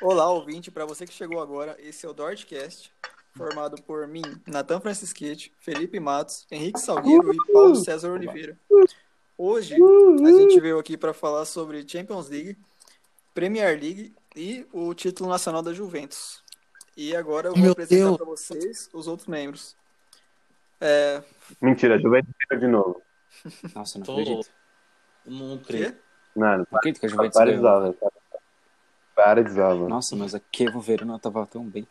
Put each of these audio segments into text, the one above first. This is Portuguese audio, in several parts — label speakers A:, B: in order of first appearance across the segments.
A: Olá, ouvinte, para você que chegou agora, esse é o Dortcast, formado por mim, Natan Francisquete, Felipe Matos, Henrique Salgueiro e Paulo César Oliveira. Hoje a gente veio aqui para falar sobre Champions League, Premier League e o título nacional da Juventus. E agora eu vou
B: Meu
A: apresentar
B: Deus.
A: para vocês os outros membros. É,
C: Mentira, Juventus ganhou de novo.
D: Nossa, não
B: Tô-
D: acredito.
B: Não
A: quê?
B: creio.
C: Mano, tá
D: Não acredito que a Juventus
C: para de
D: ganhou.
C: zala. Para de zala.
D: Nossa, mas a Kevo Verona tava tão bem.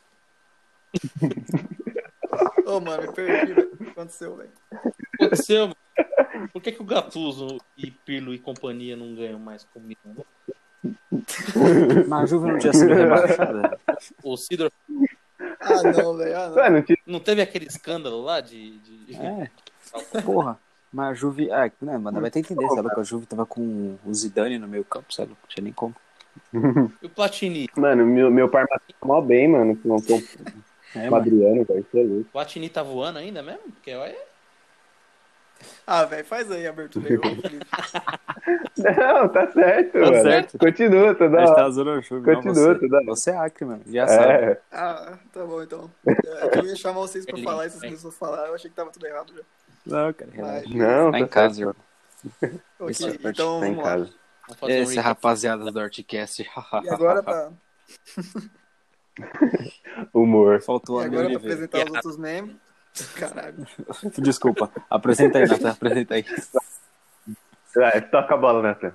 A: Ô, mano, me perdi, velho. O que aconteceu, velho?
B: O que aconteceu? mano? Por que, que o Gattuso e Pirlo e companhia não ganham mais né? comigo?
D: Mas a Juve não tinha sido rebaixada.
B: O Sidor
A: Ah, não, velho. Ah, não.
C: Mano, o título
B: não teve aquele escândalo lá de. de-
D: É, porra. Mas a Juve. Ah, não, mas vai ter que entender, sabe? Que a Juve tava com o Zidane no meio campo, sabe? Não tinha nem como.
B: E o Platini?
C: Mano, meu, meu Parma tá mal bem, mano. Com, com
D: É,
C: o
D: mano.
C: Adriano, velho. Você é louco.
B: O Platini tá voando ainda mesmo? Porque olha.
A: Ah, velho, faz aí a abertura aí, ô, Felipe.
C: Não, tá certo, mano.
D: certo.
C: Continua, tá da
D: A gente
C: hora.
D: tá zoando a Juve. Não,
C: Continua,
D: você,
C: tudo bem.
D: você é Acre, mano. Já sabe.
C: É,
A: Ah, tá bom, então. É, Eu ia chamar vocês pra
B: Ele-
A: falar e vocês
B: é.
A: começaram a falar. Eu achei que tava tudo errado já.
D: Não, cara. relaxa.
A: Mas,
C: não,
D: Tá em
C: tá
D: casa,
C: certo.
D: irmão.
A: ok,
D: Isso é parte-
A: então
C: Tá em
A: vamos lá.
C: casa.
B: Vamos fazer um
D: É, Esse
B: recap.
D: rapaziada do Artcast.
A: E agora tá- pra,
C: Humor.
D: Faltou
A: e
D: a
A: agora tá pra
D: Oliveira.
A: apresentar os outros membros. Caralho.
D: Desculpa. Apresenta aí, Natan. Apresenta aí.
C: Vai, toca a bola, né, Nathan.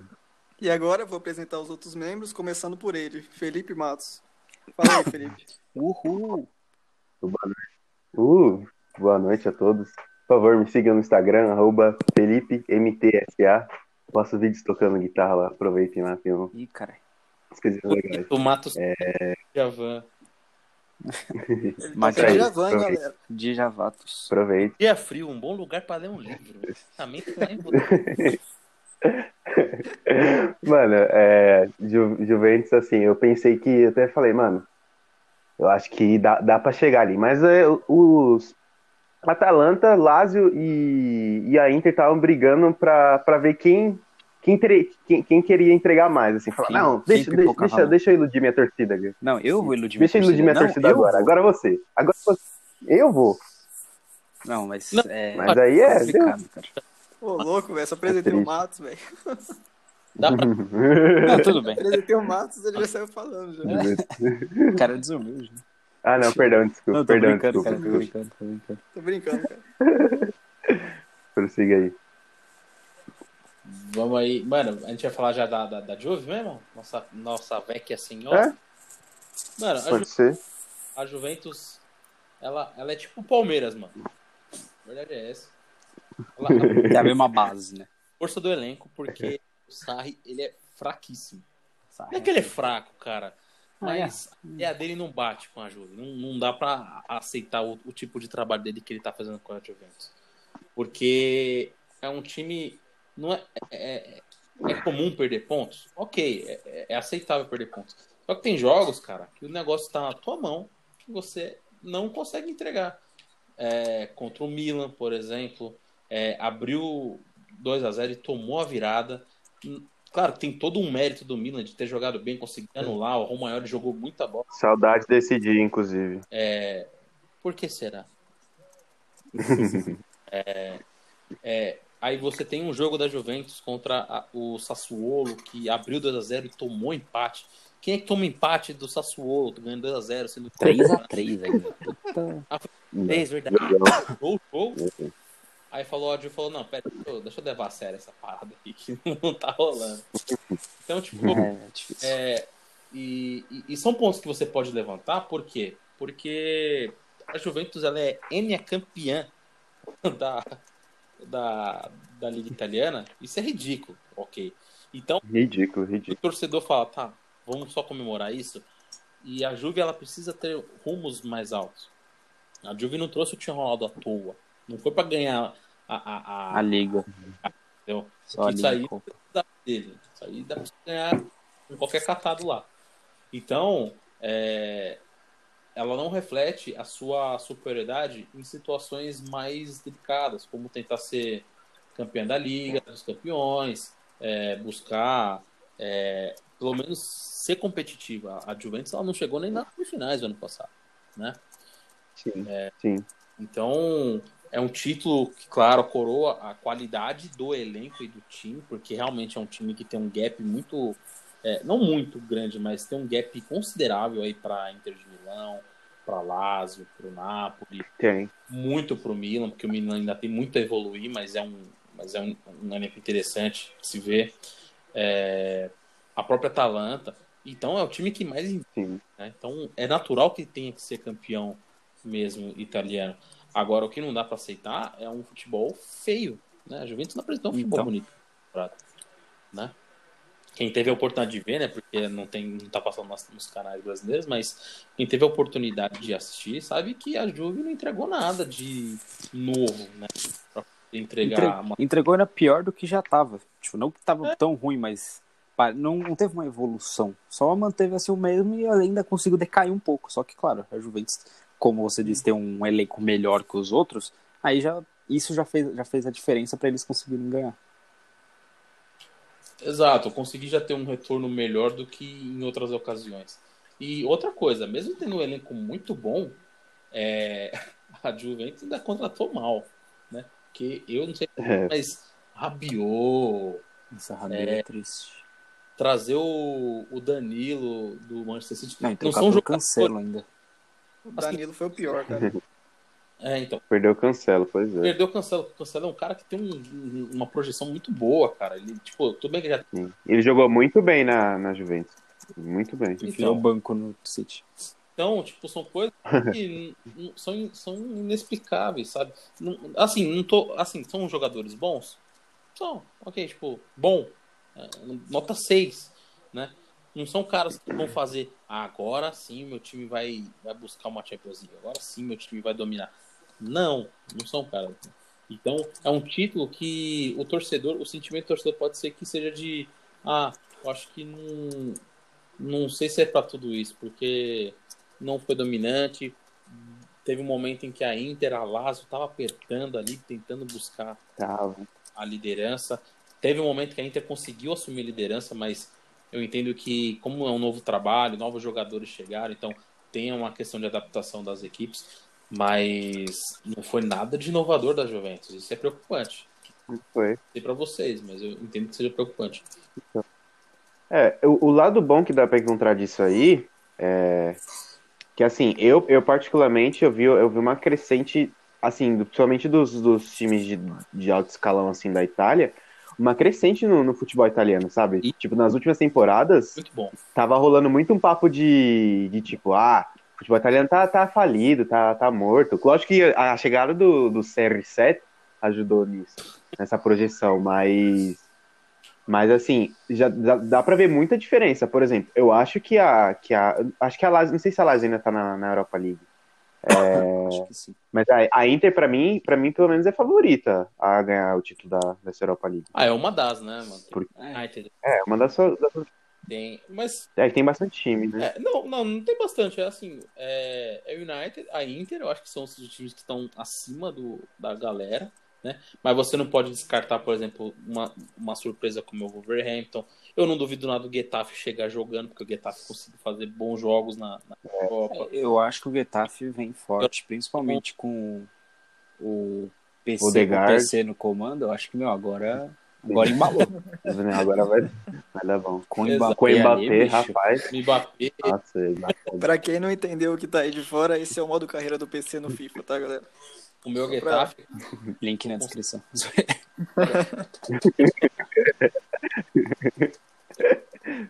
A: E agora eu vou apresentar os outros membros, começando por ele, Felipe Matos. Fala aí, Felipe.
D: Uhul.
C: Uh, boa noite a todos. Por favor, me sigam no Instagram, arroba FelipeMTSA. Faço vídeos tocando guitarra lá. Aproveitem lá, tem um-
D: Ih, cara.
C: umas coisinhas legais.
B: O Matos
D: É.
B: Javan.
A: Ele
D: Mas é
A: tá
C: aí,
A: já van,
C: É aproveita.
A: galera.
D: Dijavatos.
C: Aproveitem.
B: Dia frio, um bom lugar pra ler um livro. Também também vou-
C: Mano, é, Ju- Juventus, assim, eu pensei que, eu até falei, mano, eu acho que dá, dá pra chegar ali. Mas é, os Atalanta, Lazio e, e a Inter estavam brigando pra, pra ver quem, quem, tre- quem, quem queria entregar mais. Assim, falar,
D: Sim, um."
C: não,
D: sim,
C: deixa, deixa,
D: pipoca
C: deixa,
D: rala.
C: deixa eu iludir minha torcida, Gui.
D: Não, eu vou iludir
C: Deixa eu iludir minha
D: Não,
C: torcida
D: eu
C: agora.
D: vou.
C: Agora você. Agora você. Eu vou.
D: Não, mas
B: Não.
D: é
C: Mas aí é.
D: complicado, cara.
A: Ô, louco, velho. Só apresentei o
C: Tá
A: Matos,
C: triste.
A: velho.
B: Dá pra
D: Não, tudo bem.
A: Apresentei o Matos, ele já saiu falando
C: Né?
A: já.
D: O cara é desumilde.
C: Ah, não, perdão, desculpa.
D: Não, tô
C: perdão,
D: brincando,
C: desculpa.
D: cara. Tô
C: desculpa.
D: brincando, tô brincando.
A: Tô brincando, cara.
C: Prossiga aí.
B: Vamos aí. Mano, a gente vai falar já da, da, da Juve mesmo? Nossa, nossa vecchia senhora.
D: É?
B: Mano, a,
C: Pode
B: Ju-
C: ser?
B: a Juventus, ela, ela é tipo o Palmeiras, mano. A verdade é essa. Ela, a
D: É a mesma base, né?
B: força do elenco, porque o Sarri, ele é fraquíssimo. Não é que
D: Sabe?
B: ele é fraco, cara.
D: Ah, é.
B: Mas a ideia dele não bate com a Juve. Não, não dá pra aceitar o, o tipo de trabalho dele que ele tá fazendo com a Juventus. Porque é um time. Não é, é, é- é comum perder pontos? Ok, é- é, é aceitável perder pontos. Só que tem jogos, cara, que o negócio tá na tua mão que você não consegue entregar. É, contra o Milan, por exemplo, é, abriu 2 a 0 e tomou a virada. Claro, tem todo um mérito do Milan de ter jogado bem, conseguido anular. O Romagnoli jogou muita bola.
C: Saudade desse dia, inclusive.
B: Por que será? é, é, aí você tem um jogo da Juventus contra a- o Sassuolo, que abriu 2 a 0 e tomou empate. Quem é que toma empate do Sassuolo, ganhando 2 a 0 sendo
D: 3x3 ainda. Puta.
B: Três, É verdade.
C: Legal.
B: Gol, gol. Aí falou, o falou, não, pera, deixa eu- deixa eu levar a sério essa parada aí, que não tá rolando. Então, tipo,
D: É, difícil.
B: É, e, e- e são pontos que você pode levantar, por quê? Porque a Juventus ela é N campeã da, da, da Liga Italiana. Isso é ridículo, ok. Então
C: Ridículo,
B: o
C: ridículo.
B: torcedor fala, tá, vamos só comemorar isso. E a Juve ela precisa ter rumos mais altos. A Juve não trouxe o Cristiano Ronaldo à toa. Não foi para ganhar a, a, a,
D: A liga.
B: Entendeu?
D: Só a
B: Isso
D: liga.
B: aí-
D: Copa.
B: da- dele. Isso aí dá pra você ganhar com qualquer catado lá. Então, é, ela não reflete a sua superioridade em situações mais delicadas, como tentar ser campeã da Liga, dos campeões, é, buscar é, pelo menos ser competitiva. A Juventus ela não chegou nem nas finais do ano passado, né?
C: Sim,
B: É.
C: sim.
B: Então, é um título que, claro, coroa a qualidade do elenco e do time, porque realmente é um time que tem um gap muito, é, não muito grande, mas tem um gap considerável aí para Inter de Milão, para Lazio, para o Napoli,
C: Tem.
B: muito para o Milan, porque o Milan ainda tem muito a evoluir, mas é um, mas é um, um elenco interessante de se ver. É, a própria Atalanta. Então é o time que mais
C: Sim.
B: né? Então é natural que tenha que ser campeão mesmo italiano. Agora, o que não dá para aceitar é um futebol feio. Né? A Juventus não apresentou um futebol
D: Então.
B: bonito. pra- Né? Quem teve a oportunidade de ver, né? Porque não, tem, não tá passando nas- nos canais brasileiros, mas quem teve a oportunidade de assistir sabe que a Juve não entregou nada de novo, né? Pra poder entregar
D: Entre-
B: uma
D: Entregou era pior do que já tava. Tipo, não que tava
B: É.
D: tão ruim, mas pá, não, não teve uma evolução. Só manteve assim o mesmo e ainda conseguiu decair um pouco. Só que, claro, a Juventus, como você disse, tem um elenco melhor que os outros, aí já isso já fez, já fez a diferença pra eles conseguirem ganhar.
B: Exato, eu consegui já ter um retorno melhor do que em outras ocasiões. E outra coisa, mesmo tendo um elenco muito bom, é, a Juventus ainda contratou mal, né? Porque eu não sei,
C: É.
B: mas Rabiot,
D: Essa Rabiot é, triste.
B: trazer o, o Danilo do Manchester City,
D: Não,
B: não,
D: então
B: são
D: o
B: jogadores...
D: cancelo ainda.
A: O Danilo foi o pior, cara.
B: É, então,
C: Perdeu o cancelo, pois é.
B: perdeu o Cancelo. O Cancelo é um cara que tem um- uma projeção muito boa, cara. Ele, tipo, tudo bem que já
C: Sim. Ele jogou muito bem na, na Juventus. Muito bem.
B: Então.
D: Enfiou o banco no City.
B: Então, tipo, são coisas que n- n- são, in- são inexplicáveis, sabe? Não- assim, não tô. Assim, são jogadores bons? São, ok, tipo, bom. é, Nota 6, né? Não são caras que vão fazer "Ah, agora sim meu time vai, vai buscar uma Champions League, agora sim meu time vai dominar. Não, não são caras. Então, é um título que o torcedor, o sentimento do torcedor pode ser que seja de ah, eu acho que não. Não sei se é pra tudo isso, porque não foi dominante. Teve um momento em que a Inter, a Lazio, estava apertando ali, tentando buscar
C: Tava.
B: a liderança. Teve um momento que a Inter conseguiu assumir a liderança, mas eu entendo que, como é um novo trabalho, novos jogadores chegaram, então tem uma questão de adaptação das equipes, mas não foi nada de inovador da Juventus. Isso é preocupante.
C: Foi.
B: Não sei para vocês, mas eu entendo que seja preocupante.
C: É, o, o lado bom que dá pra encontrar disso aí é que assim, eu, eu particularmente eu vi, eu vi uma crescente assim, do- principalmente dos, dos times de, de alto escalão assim da Itália, uma crescente no, no futebol italiano, sabe?
B: E-
C: Tipo, nas últimas temporadas,
B: Muito bom.
C: tava rolando muito um papo de, de tipo, ah, o futebol italiano tá, tá falido, tá, tá morto. Lógico que a chegada do, do CR7 ajudou nisso, nessa projeção, mas. Mas assim, já dá, dá pra ver muita diferença. Por exemplo, eu acho que a. Que a acho que a Lazio, não sei se a Lazio ainda tá na, na Europa League.
D: Acho que sim.
C: Mas a, a Inter, pra mim, para mim, pelo menos é favorita a ganhar o título da, dessa Europa League.
B: Ah, é uma das, né, mano?
C: Por-
B: Ah, entendeu?
C: É, uma das. suas- das suas-
B: Tem. Mas
C: É, que tem bastante time, né?
B: É, não, não, não tem bastante. É assim, é, é o United, a Inter, eu acho que são os times que estão acima do, da galera, né? Mas você não pode descartar, por exemplo, uma, uma surpresa como o Wolverhampton. Eu não duvido nada do Getafe chegar jogando, porque o Getafe conseguiu fazer bons jogos na, na Copa.
D: É, Eu acho que o Getafe vem forte, principalmente com o PC,
C: Odegaard.
D: com o PC no comando. Eu acho que, meu, agora, agora embalou.
C: Agora vai, vai dar bom.
D: Com o
B: Exato.
D: Mbappé,
C: Com o Mbappé,
D: ali, bicho.
C: rapaz.
B: Me bater.
C: Nossa, Mbappé.
A: Pra quem não entendeu o que tá aí de fora, esse é o modo carreira do PC no FIFA, tá, galera?
B: O meu Getafe
D: Link na descrição.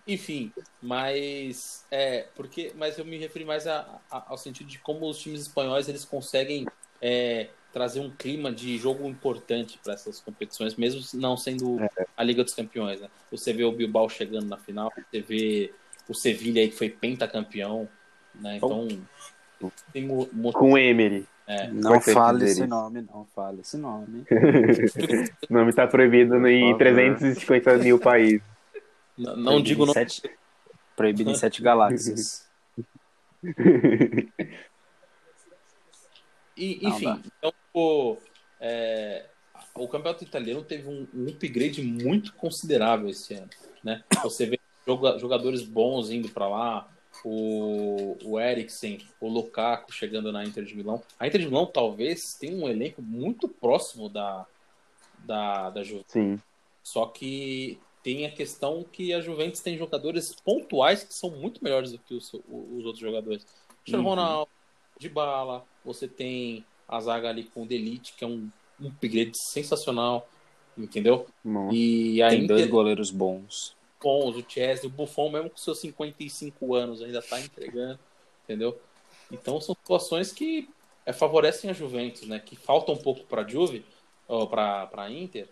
B: Enfim, mas é porque, mas eu me referi mais a- a- ao sentido de como os times espanhóis eles conseguem é, trazer um clima de jogo importante para essas competições, mesmo não sendo a Liga dos Campeões, né? Você vê o Bilbao chegando na final, você vê o Sevilha aí que foi pentacampeão, né? Então tem mo- mo-
C: Com o Emery.
D: Não
C: Foi
D: fale
C: feito
D: esse
C: deles.
D: nome, É. não fale esse nome.
C: O nome tá proibido no- em
D: Por favor.
C: 350
D: né?
C: mil países.
B: não, não digo
D: Proibido em
B: não,
D: sete- Proibido em sete galáxias.
B: E,
D: Não
B: enfim,
D: dá.
B: então o, é, o campeonato italiano teve um, um upgrade muito considerável esse ano, né? Você vê joga- jogadores bons indo pra lá, o, o Eriksen, o Lukaku chegando na Inter de Milão. A Inter de Milão talvez tenha um elenco muito próximo da, da, da Juventus.
C: Sim.
B: Só que tem a questão que a Juventus tem jogadores pontuais que são muito melhores do que os, os outros jogadores. Cristiano
D: Uhum.
B: Ronaldo, de bala, você tem a zaga ali com o Delite, que é um, um upgrade sensacional, entendeu?
C: Nossa.
B: E a
D: Tem dois
B: Inter
D: goleiros bons.
B: bons, o Chelsea, o Buffon, mesmo com seus 55 anos, ainda tá entregando, entendeu? Então são situações que é, favorecem a Juventus, né? Que falta um pouco para Juve, ou para a Inter,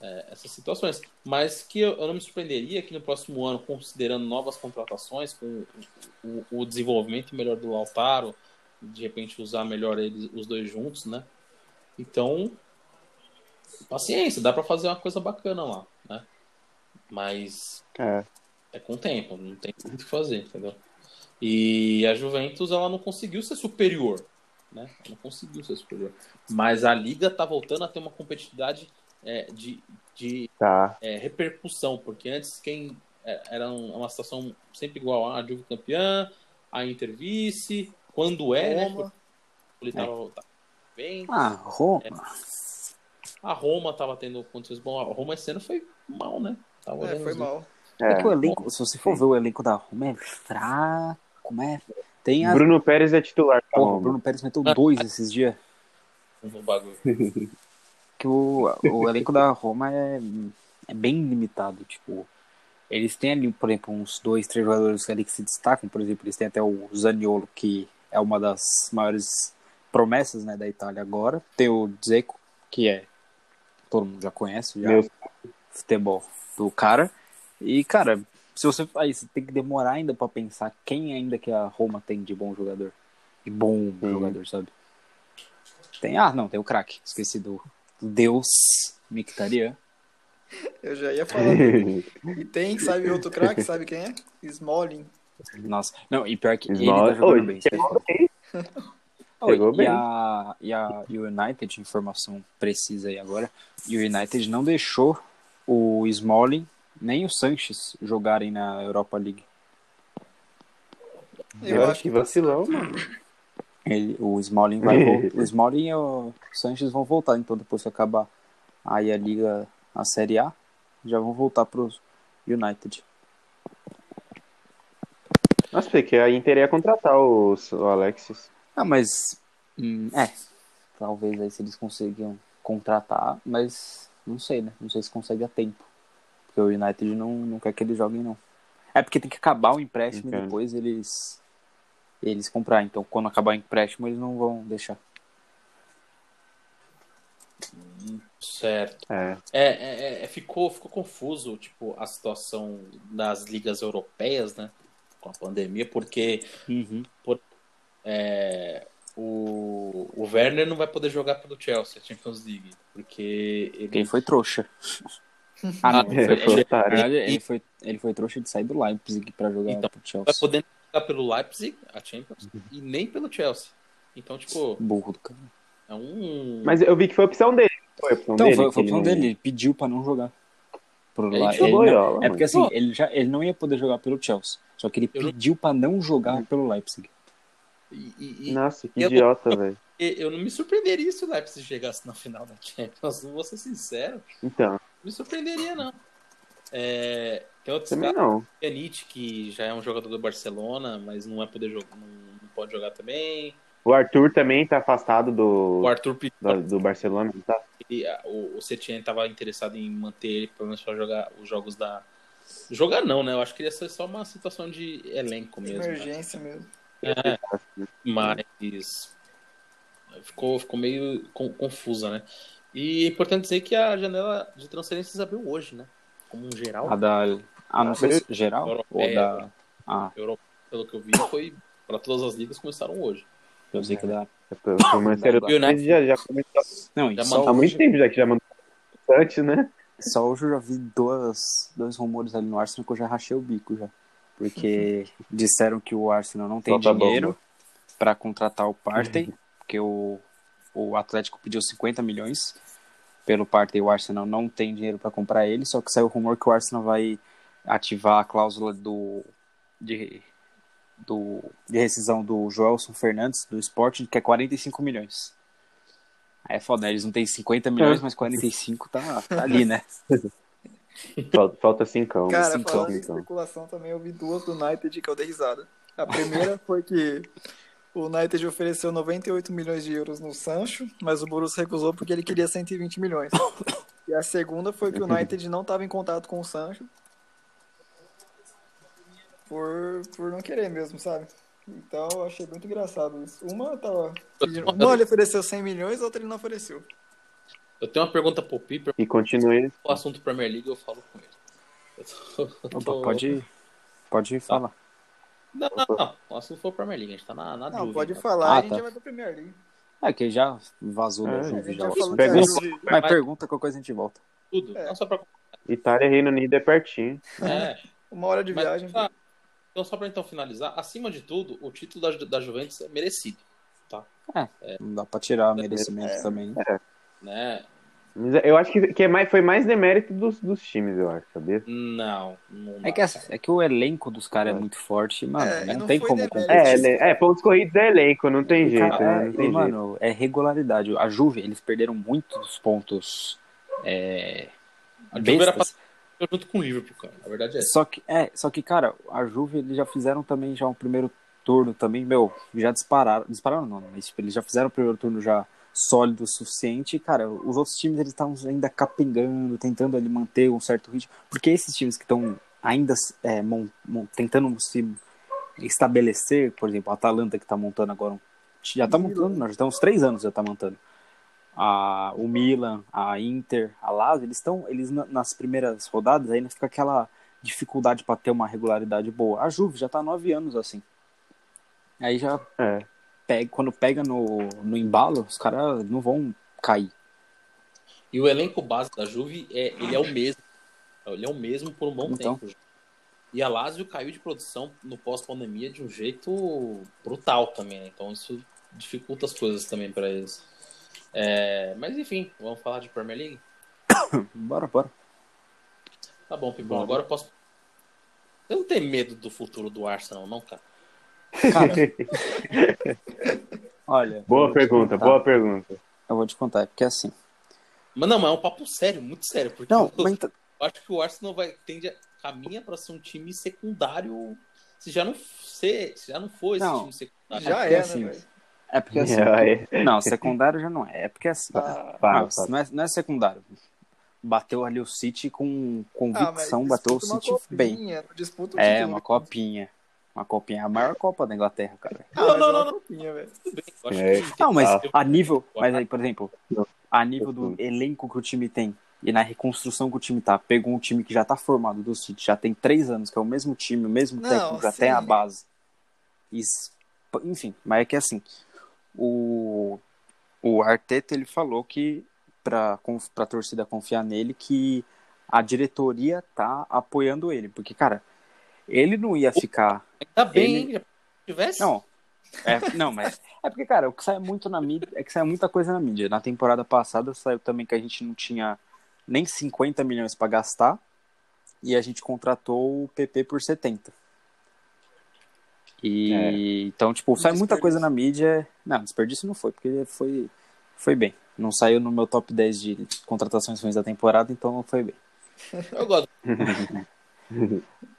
B: é, essas situações. Mas que eu, eu não me surpreenderia que no próximo ano, considerando novas contratações, com o, o- o desenvolvimento melhor do Lautaro, de repente usar melhor eles, os dois juntos, né? Então, paciência, dá para fazer uma coisa bacana lá, né? Mas
C: É.
B: é com o tempo, não tem muito o que fazer, entendeu? E a Juventus, ela não conseguiu ser superior, né? Ela não conseguiu ser superior. Mas a Liga tá voltando a ter uma competitividade é, de, de
C: Tá.
B: é, repercussão, porque antes quem é, era um- uma situação sempre igual ah, a Juve campeã, a Inter vice, quando é, né?
A: Roma.
B: Porque ele tava, tava bem,
D: Ah, Roma.
B: a Roma tava tendo condições boas, a Roma esse ano foi mal, né? Tava
A: É,
B: olhando
A: foi
B: os-
A: mal.
D: É,
C: É.
D: que o elenco, se você for ver o elenco da Roma, é fraco, né? Tem a.
C: Bruno Pérez é titular. Tá
D: Porra, o
C: bom.
D: Bruno Pérez meteu dois esses dias.
B: o um bagulho.
D: que o, o elenco da Roma é, é bem limitado, tipo, eles têm ali, por exemplo, uns dois, três jogadores ali que se destacam, por exemplo, eles têm até o Zaniolo, que é uma das maiores promessas, né, da Itália agora, tem o Dzeko, que é, todo mundo já conhece, já,
C: Meu.
D: futebol do cara, e, cara, se você, aí você tem que demorar ainda pra pensar quem ainda que a Roma tem de bom jogador, de bom
C: Sim.
D: jogador, sabe? Tem, ah, não, tem o craque, esqueci do Deus Mictarian.
A: Eu já ia falar. E tem, sabe, outro craque, sabe quem é? Smalling.
D: Nossa, não, e pior que ele
C: Esmola-
D: tá jogando
C: Oi,
D: bem.
C: chegou bem.
D: Oi,
C: chegou
D: e,
C: bem.
D: a, e a e o United, informação precisa aí agora, e o United não deixou o Smalling nem o Sanches jogarem na Europa League.
A: Eu
C: Nossa,
A: acho
C: que
A: que
C: vacilão, mano.
D: Ele- o Smalling vai vol- o Smalling e o Sanches vão voltar, então depois que acabar aí a liga, a Série A, já vão voltar pro United.
C: Nossa, porque a Inter ia contratar o, o Alexis.
D: Ah, mas. hum, é. Talvez aí se eles conseguiam contratar, mas não sei, né? Não sei se consegue a tempo. Porque o United não, não quer que eles joguem, não. É porque tem que acabar o empréstimo e
C: Entendo.
D: depois eles. Eles comprar. Então, quando acabar o empréstimo, eles não vão deixar.
B: Certo.
C: É.
B: É, é, é, ficou, ficou confuso, tipo, a situação das ligas europeias, né? Com a pandemia, porque
D: Uhum.
B: é, o, o Werner não vai poder jogar pelo Chelsea, a Champions League, porque
D: Porque ele
B: ele
D: foi trouxa. ah, não.
C: É, foi
D: Ele, na
C: otário.
D: verdade, ele foi, ele foi trouxa de sair do Leipzig pra jogar
B: Então,
D: pro
B: não vai
D: Chelsea.
B: poder jogar pelo Leipzig, a Champions, e nem pelo Chelsea. Então, tipo,
D: Burro do cara.
B: é um.
C: Mas eu vi que foi opção dele. Foi opção
D: Então,
C: dele.
D: foi, foi a
C: que
D: opção
C: ele não-
D: dele. Ele pediu pra não jogar. Pro
B: Ele
D: Le-
B: jogou,
D: ele não-
C: Loyola,
D: É
C: mano.
D: porque assim,
B: Pô.
D: ele já ele não ia poder jogar pelo Chelsea. Só que ele
B: Eu não-
D: pediu pra não jogar pelo Leipzig.
B: E,
D: assim,
B: e- e-
C: Nossa, que
B: Eu-
C: idiota, velho.
B: e eu não me surpreenderia se o Leipzig chegasse na final da Champions, não vou ser sincero,
C: Então,
B: não me surpreenderia, não. É, tem outros
C: também
B: caras.
C: não.
B: Pjanic, que já é um jogador do Barcelona, mas não vai poder jogar, não, não pode jogar também.
C: O Arthur também tá afastado
B: O
C: do,
B: Arthur pediu,
C: do, do Barcelona, tá?
B: ele- a- o, o Setien estava interessado em manter ele pelo menos para jogar os jogos da jogar não, né? Eu acho que ia ser só uma situação de elenco mesmo. né?
A: é Emergência mesmo.
B: É,
C: né?
B: mas ficou, ficou meio con- confusa, né? E é importante dizer que a janela de transferências abriu hoje, né? Como um geral,
D: A da. Ah, não sei se geral? Ou
B: Europeia.
D: da. Ah,
B: Europa, pelo que eu vi, foi para todas as ligas começaram hoje.
D: eu sei que é da.
C: O É Manchester
D: O
B: United-
C: United já, já começou
D: Não, e
B: Já
D: só
C: há muito
D: hoje,
C: tempo já que já mandou bastante, né?
D: só hoje eu já vi dois, dois rumores ali no Arsenal que eu já rachei o bico já. Porque disseram que o Arsenal não tem
C: Solta a bomba.
D: dinheiro pra contratar o Partey, porque o, o Atlético pediu 50 milhões pelo Partey, o Arsenal não tem dinheiro pra comprar ele, só que saiu o rumor que o Arsenal vai ativar a cláusula do, de, do, de rescisão do Joelson Fernandes, do Sporting, que é 45 milhões. Aí é foda, né? eles não têm 50 milhões, mas 45 tá, tá ali, né?
C: Falta, falta cincão.
A: Cara,
C: cincão,
A: falando de
C: cincão.
A: especulação também, eu vi duas do United que eu dei risada. A primeira foi que o United ofereceu 98 milhões de euros no Sancho, mas o Borussia recusou porque ele queria 120 milhões. E a segunda foi que o United não estava em contato com o Sancho por, por não querer mesmo, sabe? Então eu achei muito engraçado isso. Uma tava pedindo... Uma ele ofereceu 100 milhões, a outra ele não ofereceu.
B: Eu tenho uma pergunta pro Piper,
C: E continue.
B: o assunto Premier League eu falo com ele. Eu tô- eu
D: Opa,
B: tô-
D: pode, pode falar.
B: Não, não, não. O assunto foi o Premier League, a gente tá na, na
A: Não,
B: dúvida.
A: pode
B: né?
A: falar,
D: Ah,
A: a gente
D: tá.
A: já vai pra Premier League.
D: É que já vazou da
C: É,
A: A
D: Juve
A: gente
D: já.
A: já
D: o
A: falou
D: assunto.
A: que a
C: Pega um
D: Mas,
A: Juve-
D: mas pergunta qualquer coisa a gente volta.
B: Tudo.
A: É.
B: Não só pra...
C: Itália e Reino Unido é pertinho.
B: É,
A: uma hora de
B: Mas,
A: viagem.
B: tá, então, só para então finalizar, acima de tudo, o título da, Ju- da Juventus é merecido,
D: Não dá pra tirar merecimento também. né?
B: né?
C: Mas eu acho que, que é mais, foi mais demérito dos, dos times, eu acho, sabia?
B: Não, não dá.
D: É que, essa- é que o elenco dos caras é muito forte, mano.
A: É, e
D: não,
A: não
D: tem
A: foi
D: como
A: demérito.
D: competir.
C: É, né? é, pontos corridos é elenco, não tem jeito,
D: Cara,
C: né?
D: é,
C: Não tem jeito.
D: mano, é regularidade. A Juve, eles perderam muitos pontos. É,
B: A Juve era
D: bestas.
B: Eu junto com o Liverpool, cara. Na verdade é isso.
D: Só que, é, só que, cara, a Juve, eles já fizeram também já um primeiro turno também, meu, já dispararam. Dispararam não, mas tipo, eles já fizeram o primeiro turno já sólido o suficiente. E, cara, os outros times, eles estavam ainda capengando, tentando ali manter um certo ritmo. Porque esses times que estão ainda é, mon- mon- tentando se estabelecer, por exemplo, a Atalanta que tá montando agora, um- já tá montando, nós já estamos três anos já tá montando. A, o Milan, a Inter, a Lazio, eles estão, eles na- nas primeiras rodadas ainda fica aquela dificuldade para ter uma regularidade boa. A Juve já tá há nove anos assim. Aí já
C: É.
D: pega, quando pega no, no embalo, os caras não vão cair.
B: E o elenco base da Juve, é, ele é o mesmo. Ele é o mesmo por um bom
D: Então.
B: tempo. E a Lazio caiu de produção no pós-pandemia de um jeito brutal também, né? Então isso dificulta as coisas também para eles. É, mas enfim, vamos falar de Premier League?
D: Bora, bora.
B: Tá bom, Pipão. Agora eu posso. Eu não tenho medo do futuro do Arsenal, não, cara.
D: Cara,
C: é assim,
D: olha,
C: Boa
D: eu vou te
C: pergunta,
D: contar.
C: boa pergunta.
D: Eu vou te contar, é porque assim.
B: Mas não, mas é um papo sério, muito sério. Porque
D: Não,
B: eu,
D: mas então-
B: eu acho que o Arsenal vai tende a, caminha para ser um time secundário. Se já não se, se já não for esse
D: Não.
B: time secundário.
A: Já
D: porque
A: é, né,
D: assim,
A: velho?
D: é porque assim.
C: É,
D: Não, secundário já não é. É porque assim.
A: Ah,
D: Ah,
C: fala,
D: isso
C: fala.
D: não, é, não é secundário. Bateu ali o City com
A: ah, mas
D: convicção, bateu o
A: disputa uma
D: City
A: copinha,
D: bem.
A: não Disputa um
D: É,
A: título.
D: uma copinha. Uma copinha. A maior Copa da Inglaterra, cara.
A: Ah, mas
B: Não, não,
A: é uma
B: não,
A: copinha, velho.
B: Tudo bem, eu acho
C: É.
B: que
D: Não, mas
C: Ah.
D: a nível. Mas aí, por exemplo,
C: Não.
D: a nível do elenco que o time tem e na reconstrução que o time tá, pegou um time que já tá formado do City, já tem três anos, que é o mesmo time, o mesmo
A: Não,
D: técnico, já
A: sim.
D: tem a base. Isso- enfim, mas é que assim, o, o Arteta ele falou que pra, conf- pra torcida confiar nele que a diretoria tá apoiando ele, porque, cara, ele não ia ficar.
B: Ainda bem,
D: Ele-
B: hein? Se tivesse.
D: Não. É, não, mas. É porque, cara, o que sai muito na mídia é que sai muita coisa na mídia. Na temporada passada saiu também que a gente não tinha nem 50 milhões pra gastar e a gente contratou o PP por 70. E então, tipo, sai muita
A: Desperdício.
D: coisa na mídia. Não, desperdício não foi, porque foi, foi bem. Não saiu no meu top 10 de contratações ruins da temporada, então não foi bem.
B: Eu gosto.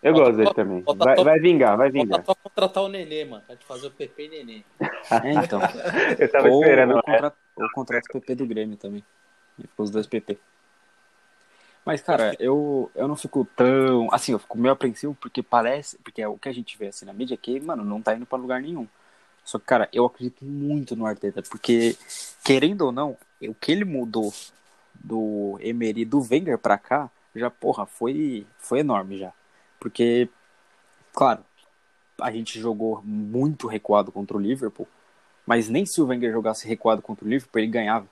C: Eu gosto dele também. Vai, vai vingar, vai
B: Falta
C: vingar.
B: só contratar o Nenê, mano. Vai te fazer o PP e Nenê.
D: É, então.
C: Eu tava
D: ou,
C: esperando. né?
D: ou, contra... ou contrato PP do Grêmio também. E ficou os dois PP. Mas, cara, eu, eu não fico tão. Assim, eu fico meio apreensivo porque parece. Porque é o que a gente vê assim na mídia é que, mano, não tá indo pra lugar nenhum. Só que, cara, eu acredito muito no Arteta, porque, querendo ou não, o que ele mudou do Emery do Wenger pra cá, já, porra, foi, foi enorme já. Porque, claro, a gente jogou muito recuado contra o Liverpool, mas nem se o Wenger jogasse recuado contra o Liverpool, ele ganhava.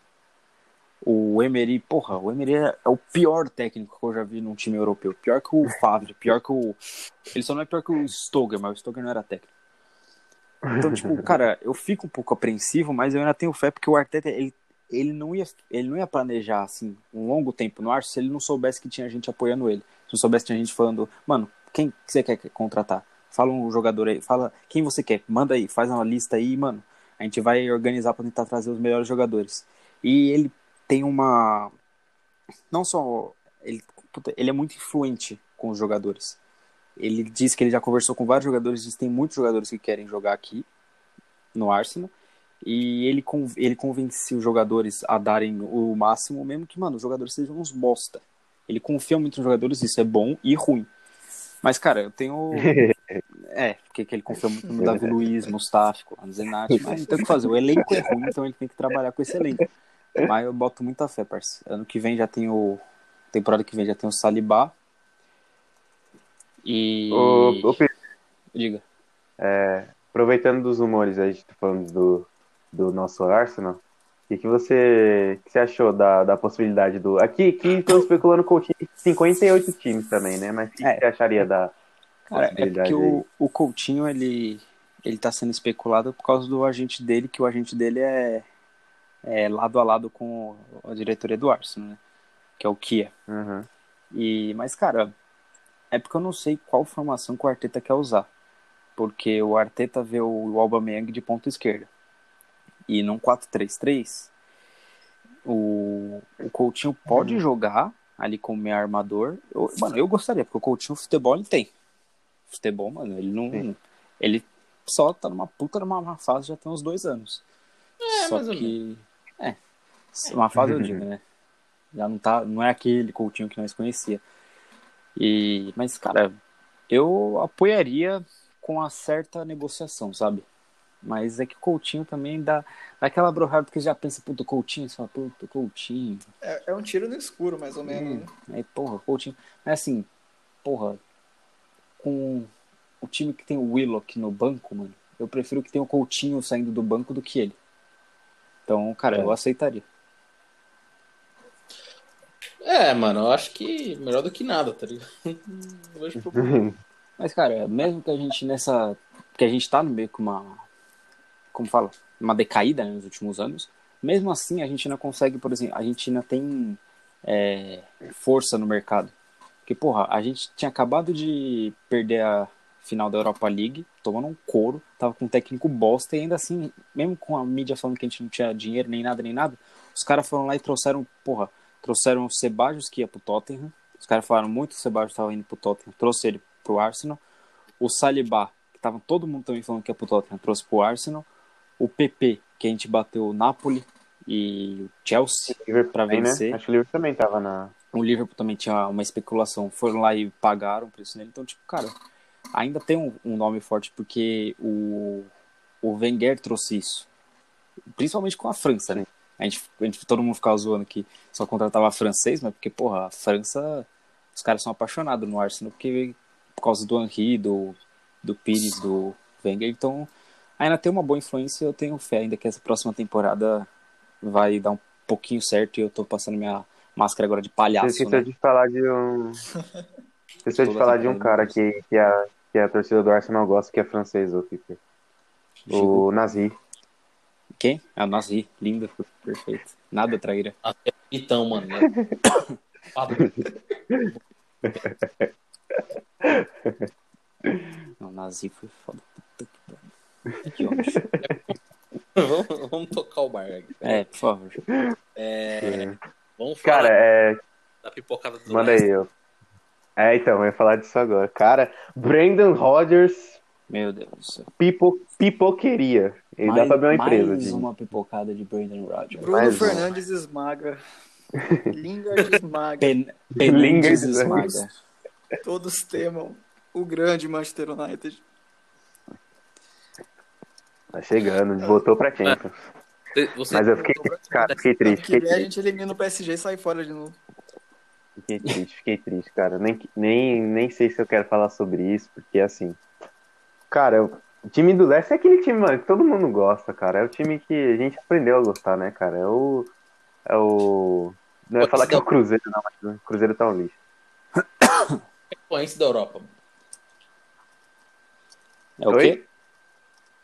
D: O Emery, porra, o Emery é é o pior técnico que eu já vi num time europeu. Pior que o Favre, pior que o. Ele só não é pior que o Stoger, mas o Stoger não era técnico. Então, tipo, cara, eu fico um pouco apreensivo, mas eu ainda tenho fé porque o Arteta, ele, ele não ia, ele não ia planejar assim um longo tempo no ar se ele não soubesse que tinha gente apoiando ele. Se não soubesse que tinha gente falando, mano, quem que você quer contratar? Fala um jogador aí, fala quem você quer, manda aí, faz uma lista aí, mano. A gente vai organizar para tentar trazer os melhores jogadores. E ele tem uma não só ele, puta, ele é muito influente com os jogadores. Ele diz que ele já conversou com vários jogadores, diz que tem muitos jogadores que querem jogar aqui no Arsenal. E ele, ele convenceu os jogadores a darem o máximo, mesmo que, mano, os jogadores sejam uns bosta. Ele confia muito nos jogadores, isso é bom e ruim. Mas, cara, eu tenho. é, porque que ele confia muito no Davi Luiz, Mustafa, Anzenati, mas não tem o que fazer. O elenco é ruim, então ele tem que trabalhar com esse elenco. Mas eu boto muita fé, parceiro. Ano que vem já tem o. Temporada que vem já tem o Salibá. E.
C: Ô, ô, Pedro,
D: Diga.
C: é, aproveitando dos rumores aí, tá falando do, do nosso Arsenal, o que, que você, que você achou da, da possibilidade do. Aqui, aqui estão especulando com o time de 58 times também, né? Mas o que, que
D: É.
C: você acharia da
D: Cara, é
C: possibilidade?
D: porque
C: aí?
D: o, o Coutinho, ele, ele tá sendo especulado por causa do agente dele, que o agente dele é, é lado a lado com a diretoria do Arsenal, né? Que é o Kia.
C: Uhum.
D: E, mas, cara, é porque eu não sei qual formação que o Arteta quer usar. Porque o Arteta vê o Aubameyang de ponta esquerda. E num 4-3-3, o, o Coutinho pode
B: Uhum.
D: jogar ali como meio armador. Eu- mano, eu gostaria, porque o Coutinho futebol ele tem. Futebol, mano, ele não...
C: Sim.
D: Ele só tá numa puta numa má fase já tem uns dois anos.
B: É,
D: só
B: mais ou
D: que... É, uma fase eu digo, né? Já não, tá, não é aquele Coutinho que nós conhecia. E, mas, cara, eu apoiaria com uma certa negociação, sabe? Mas é que o Coutinho também dá, dá aquela brohada porque já pensa, puta, o Coutinho, você fala, puta, o Coutinho.
A: É, é um tiro no escuro, mais ou menos. né?
D: Aí, porra, o Coutinho. Mas assim, porra, com o time que tem o Willock no banco, mano, eu prefiro que tenha o Coutinho saindo do banco do que ele. Então, cara,
C: É.
D: eu aceitaria.
B: É, mano, eu acho que melhor do que nada, tá ligado? Não vejo problema.
D: Mas, cara, mesmo que a gente nessa. que a gente tá no meio que uma. Como fala? Uma decaída né, nos últimos anos. Mesmo assim, a Argentina consegue, por exemplo, a Argentina tem é, força no mercado. Porque, porra, a gente tinha acabado de perder a final da Europa League, tomando um couro, tava com um técnico bosta, e ainda assim, mesmo com a mídia falando que a gente não tinha dinheiro, nem nada, nem nada, os caras foram lá e trouxeram, porra, trouxeram o Sebajos que ia pro Tottenham, os caras falaram muito que o Sebajos tava indo pro Tottenham, trouxe ele pro Arsenal, o Saliba, que tava todo mundo também falando que ia pro Tottenham, trouxe pro Arsenal, o PP, que a gente bateu o Napoli e o Chelsea,
C: Liverpool
D: Pra
C: também, né?
D: vencer.
C: Acho que o Liverpool também tava na.
D: o Liverpool também tinha uma especulação, foram lá e pagaram o preço nele. Então, tipo, cara, ainda tem um, um nome forte, porque o, o Wenger trouxe isso. Principalmente com a França, né? A gente, a gente- todo mundo ficava zoando que só contratava francês, mas porque, porra, a França, os caras são apaixonados no Arsenal, porque por causa do Henry, do, do Pires, do Wenger. Então, ainda tem uma boa influência e eu tenho fé ainda que essa próxima temporada vai dar um pouquinho certo e eu tô passando minha máscara agora de
C: Você
D: palhaço,
C: esqueceu
D: né?
C: de falar de um. Você esqueceu de
D: Toda
C: falar de um
D: temporada
C: cara
D: mesmo.
C: que, que, a, que a torcida do Arsenal gosta, que é francês, ô Piper.
D: Chico.
C: O Nazi.
D: Quem? Ah, nossa, ri. Lindo. Perfeito. Nada traíra.
B: Então, mano. né? Ah,
D: Não, nazi foi foda. Puta que pariu. Que ódio.
B: vamos, vamos tocar o bar aqui.
D: É, por favor. É.
B: Vamos falar
C: Cara, é,
B: da pipocada do
C: manda
B: Leicester.
C: aí. Eu. É, então, eu ia falar disso agora. Cara, Brandon Rodgers
D: Meu Deus do céu.
C: pipo, pipoqueria. Ele dá
D: Mais-
C: pra ver uma empresa.
D: Mais
C: gente.
D: uma pipocada de Brandon Rodgers.
A: Bruno
C: Mais um.
A: Fernandes esmaga. Lingard esmaga.
D: Pen Penandes
C: Lingard, né?
D: esmaga.
A: Todos temam o grande Manchester United.
C: Tá chegando, botou pra quem.
B: Você- é
C: Mas eu fiquei, cara, fiquei
A: Ano
C: triste,
A: que
C: fiquei
A: vem a
C: triste,
A: gente elimina o PSG e sai fora de novo.
C: fiquei triste, fiquei triste, cara. Nem, nem, nem sei se eu quero falar sobre isso, porque assim. Cara, o time do Leste é aquele time, mano, que todo mundo gosta, cara. É o time que a gente aprendeu a gostar, né, cara? É o. É o. Não ia falar que é o Cruzeiro, não, mas o Cruzeiro tá um lixo. é-
B: Chapecoense da Europa. mano.
D: É o quê? É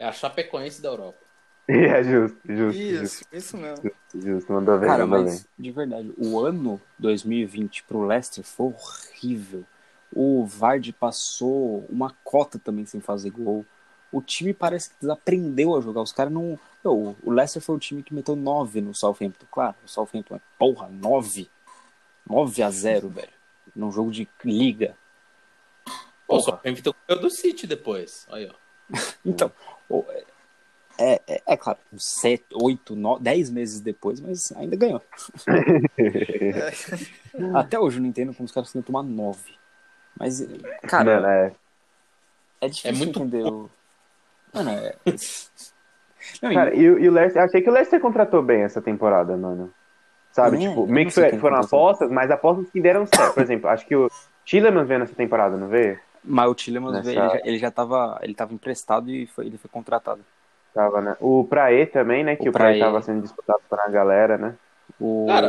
B: É a Chapecoense da Europa.
C: É justo, justo,
A: Isso, isso mesmo.
C: justo, justo. Mandou bem,
D: Cara,
C: mandou
D: mas de verdade, o ano 2020 pro Leicester foi horrível. O Vardy passou uma cota também sem fazer gol. O time parece que desaprendeu a jogar. Os caras não. Meu, o Leicester foi o time que meteu 9 no Southampton. Claro, o Southampton é porra, 9. 9 a 0, velho. Num jogo de liga.
B: Pô,
D: Porra.
B: só tem que ter o campeão do City depois. Aí, ó.
D: Então, o- é, é, é claro, 7, 8, 9, 10 meses depois, mas ainda ganhou.
C: bem.
D: Até hoje eu não entendo como os caras conseguem tomar 9. Mas, cara, assim,
C: Mano, é,
D: é difícil
B: é muito
D: entender o... Mano, é... Não,
C: Cara,
D: e-
C: e, o- e o Leicester, achei que o Leicester contratou bem essa temporada, mano. Sabe,
D: É,
C: tipo,
D: eu
C: meio
D: não
C: que
D: sei
C: foi-
D: quem
C: foram
D: contratou.
C: apostas, mas apostas que deram certo. Por exemplo, acho que o Tillemans veio nessa temporada, não veio?
D: mas o Tillemans,
C: Nessa-
D: ele, já, ele já tava, ele tava emprestado e foi, ele foi contratado.
C: Tava, né? O Praê também, né? Que
D: O
C: o Praê,
D: Praê.
C: tava sendo disputado por uma galera, né?
D: O...
B: Cara,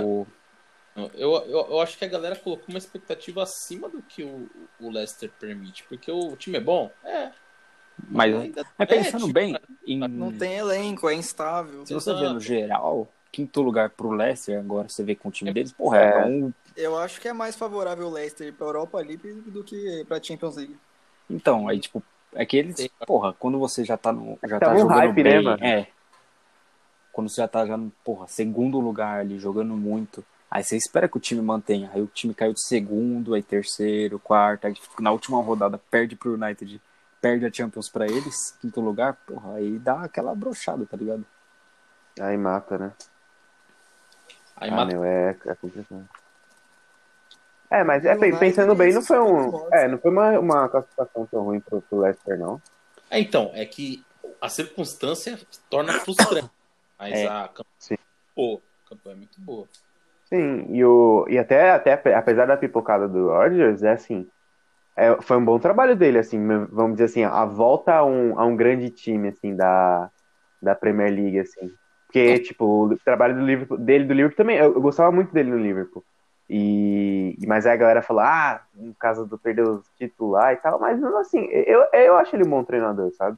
B: Eu, eu, eu acho que a galera colocou uma expectativa acima do que o, o Leicester permite. Porque o time é bom? É.
D: mas,
B: ainda
D: mas pensando
B: tipo,
D: bem, em-
A: Não tem elenco, é instável.
D: se você vê
B: Exato.
D: no geral, quinto lugar pro Leicester agora, você vê com o time deles, porra, é,
C: É.
D: um
A: Eu acho que é mais favorável o Leicester pra Europa League do que pra Champions League.
D: Então, aí, tipo, é que eles,
B: Sim.
D: porra, quando você já tá no. Já
C: Tá
D: tá,
C: no
D: jogando
C: hype, né,
D: bem,
C: mano?
D: É. Quando você já tá já no, porra, segundo lugar ali, jogando muito. Aí você espera que o time mantenha. Aí o time caiu de segundo, aí terceiro, quarto. Aí tipo, na última rodada perde pro United, perde a Champions pra eles, quinto lugar, porra, aí dá aquela brochada, tá ligado?
C: Aí mata, né?
B: Aí
C: ah,
B: mata
C: meu, é, é complicado. É, mas é,
A: E o United
C: pensando bem, não foi um.
A: super
C: É, não foi uma, uma classificação tão ruim pro, pro Leicester, não.
B: É, então, é que a circunstância torna frustrante. Mas
D: É.
B: a campanha
C: Sim.
B: Pô, a campanha é muito boa.
C: Sim, e, o, e até, até ape- apesar da pipocada do Rodgers, é assim, é, foi um bom trabalho dele, assim, vamos dizer assim, a volta a um, a um grande time, assim, da, da Premier League, assim. Porque, tipo, o trabalho do Liverpool, dele do Liverpool também, eu, eu gostava muito dele no Liverpool. E, mas aí a galera falou, ah, no caso do perder o título lá e tal, mas mesmo assim, eu, eu acho ele um bom treinador, sabe?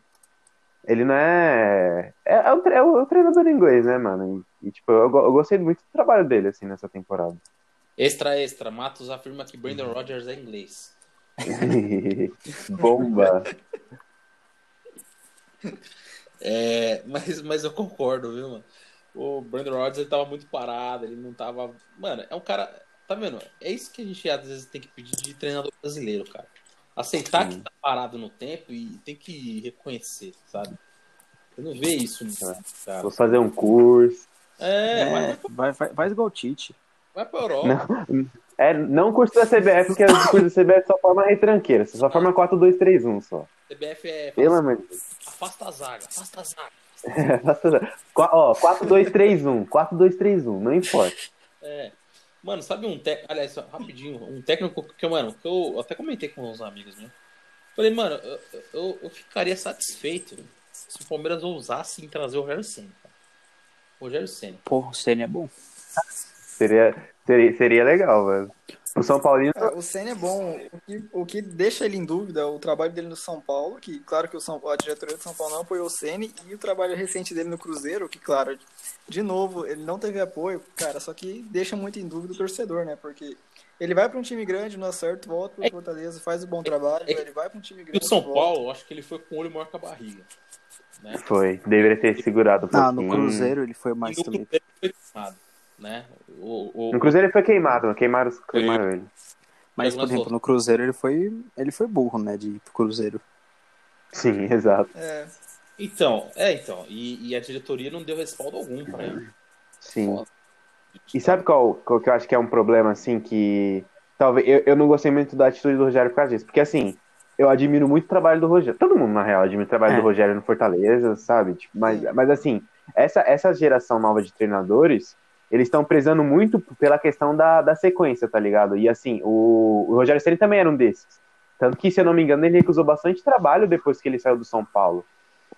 C: Ele não é. É, é, o, tre- é o treinador inglês, né, mano? E, e, tipo, eu, go- eu gostei muito do trabalho dele, assim, nessa temporada.
B: Extra, extra. Matos afirma que
D: Uhum.
B: Brandon Rodgers é inglês.
C: Bomba!
B: É, mas, mas eu concordo, viu, mano? O Brandon Rodgers ele tava muito parado, ele não tava. Mano, é um cara. Tá vendo? É isso que a gente às vezes tem que pedir de treinador brasileiro, cara. Aceitar
C: Sim.
B: que tá parado no tempo e tem que reconhecer, sabe? Eu não vejo isso, cara.
C: Vou fazer um curso.
B: É,
D: É,
B: Mas
D: vai, vai, faz igual o Tite.
B: vai pra Europa.
C: Não. É, não curso da CBF, porque o curso da CBF é só forma retranqueira. Você só forma 4-2-3-1 só.
B: CBF é.
C: Pelo amor de Deus.
B: Afasta a zaga, afasta a zaga.
C: Qua- Ó, 4-2-3-1. 4-2-3-1, não importa.
B: É. Mano, sabe um técnico. Aliás, só rapidinho, um técnico que, mano, que eu até comentei com uns amigos, né? Falei, mano, eu, eu, eu ficaria satisfeito se o Palmeiras ousasse em trazer o Rogério Senna. cara. Rogério Senna.
D: Porra, o Senna é bom.
C: Seria, seria, seria legal, velho. O São Paulino.
A: Ah, o Senna é bom. O que, o que deixa ele em dúvida é o trabalho dele no São Paulo, que claro que o São, a diretoria do São Paulo não apoiou o Senna, e o trabalho recente dele no Cruzeiro, que claro, de novo, ele não teve apoio, cara, só que deixa muito em dúvida o torcedor, né? Porque ele vai para um time grande, não acerta, volta para Fortaleza, faz o bom trabalho,
B: é-
A: ele vai para um time
B: E o
A: grande.
B: São
A: volta.
B: Paulo, eu acho que ele foi com o olho maior que a barriga. Né?
C: Foi. Deveria ter segurado um pouquinho.
D: Ah, no Cruzeiro ele foi mais
B: E o
D: também.
B: Cruzeiro foi queimado, né? O, o,
C: No Cruzeiro ele foi queimado, queimaram, queimaram ele.
D: Mas, por exemplo, no Cruzeiro ele foi, ele foi burro, né, de ir pro Cruzeiro.
C: Sim, exato.
A: É,
B: Então, é, então. E, e a diretoria não deu respaldo algum pra ele.
C: Sim. E sabe qual, qual que eu acho que é um problema, assim, que. Talvez. Eu, eu não gostei muito da atitude do Rogério por causa disso. Porque, assim, eu admiro muito o trabalho do Rogério. Todo mundo, na real, admira o trabalho
D: É.
C: do Rogério no Fortaleza, sabe? Tipo, mas,
A: Sim.
C: mas, assim, essa, essa geração nova de treinadores, eles estão prezando muito pela questão da, da sequência, tá ligado? E, assim, o, o Rogério Ceni também era um desses. Tanto que, se eu não me engano, ele recusou bastante trabalho depois que ele saiu do São Paulo.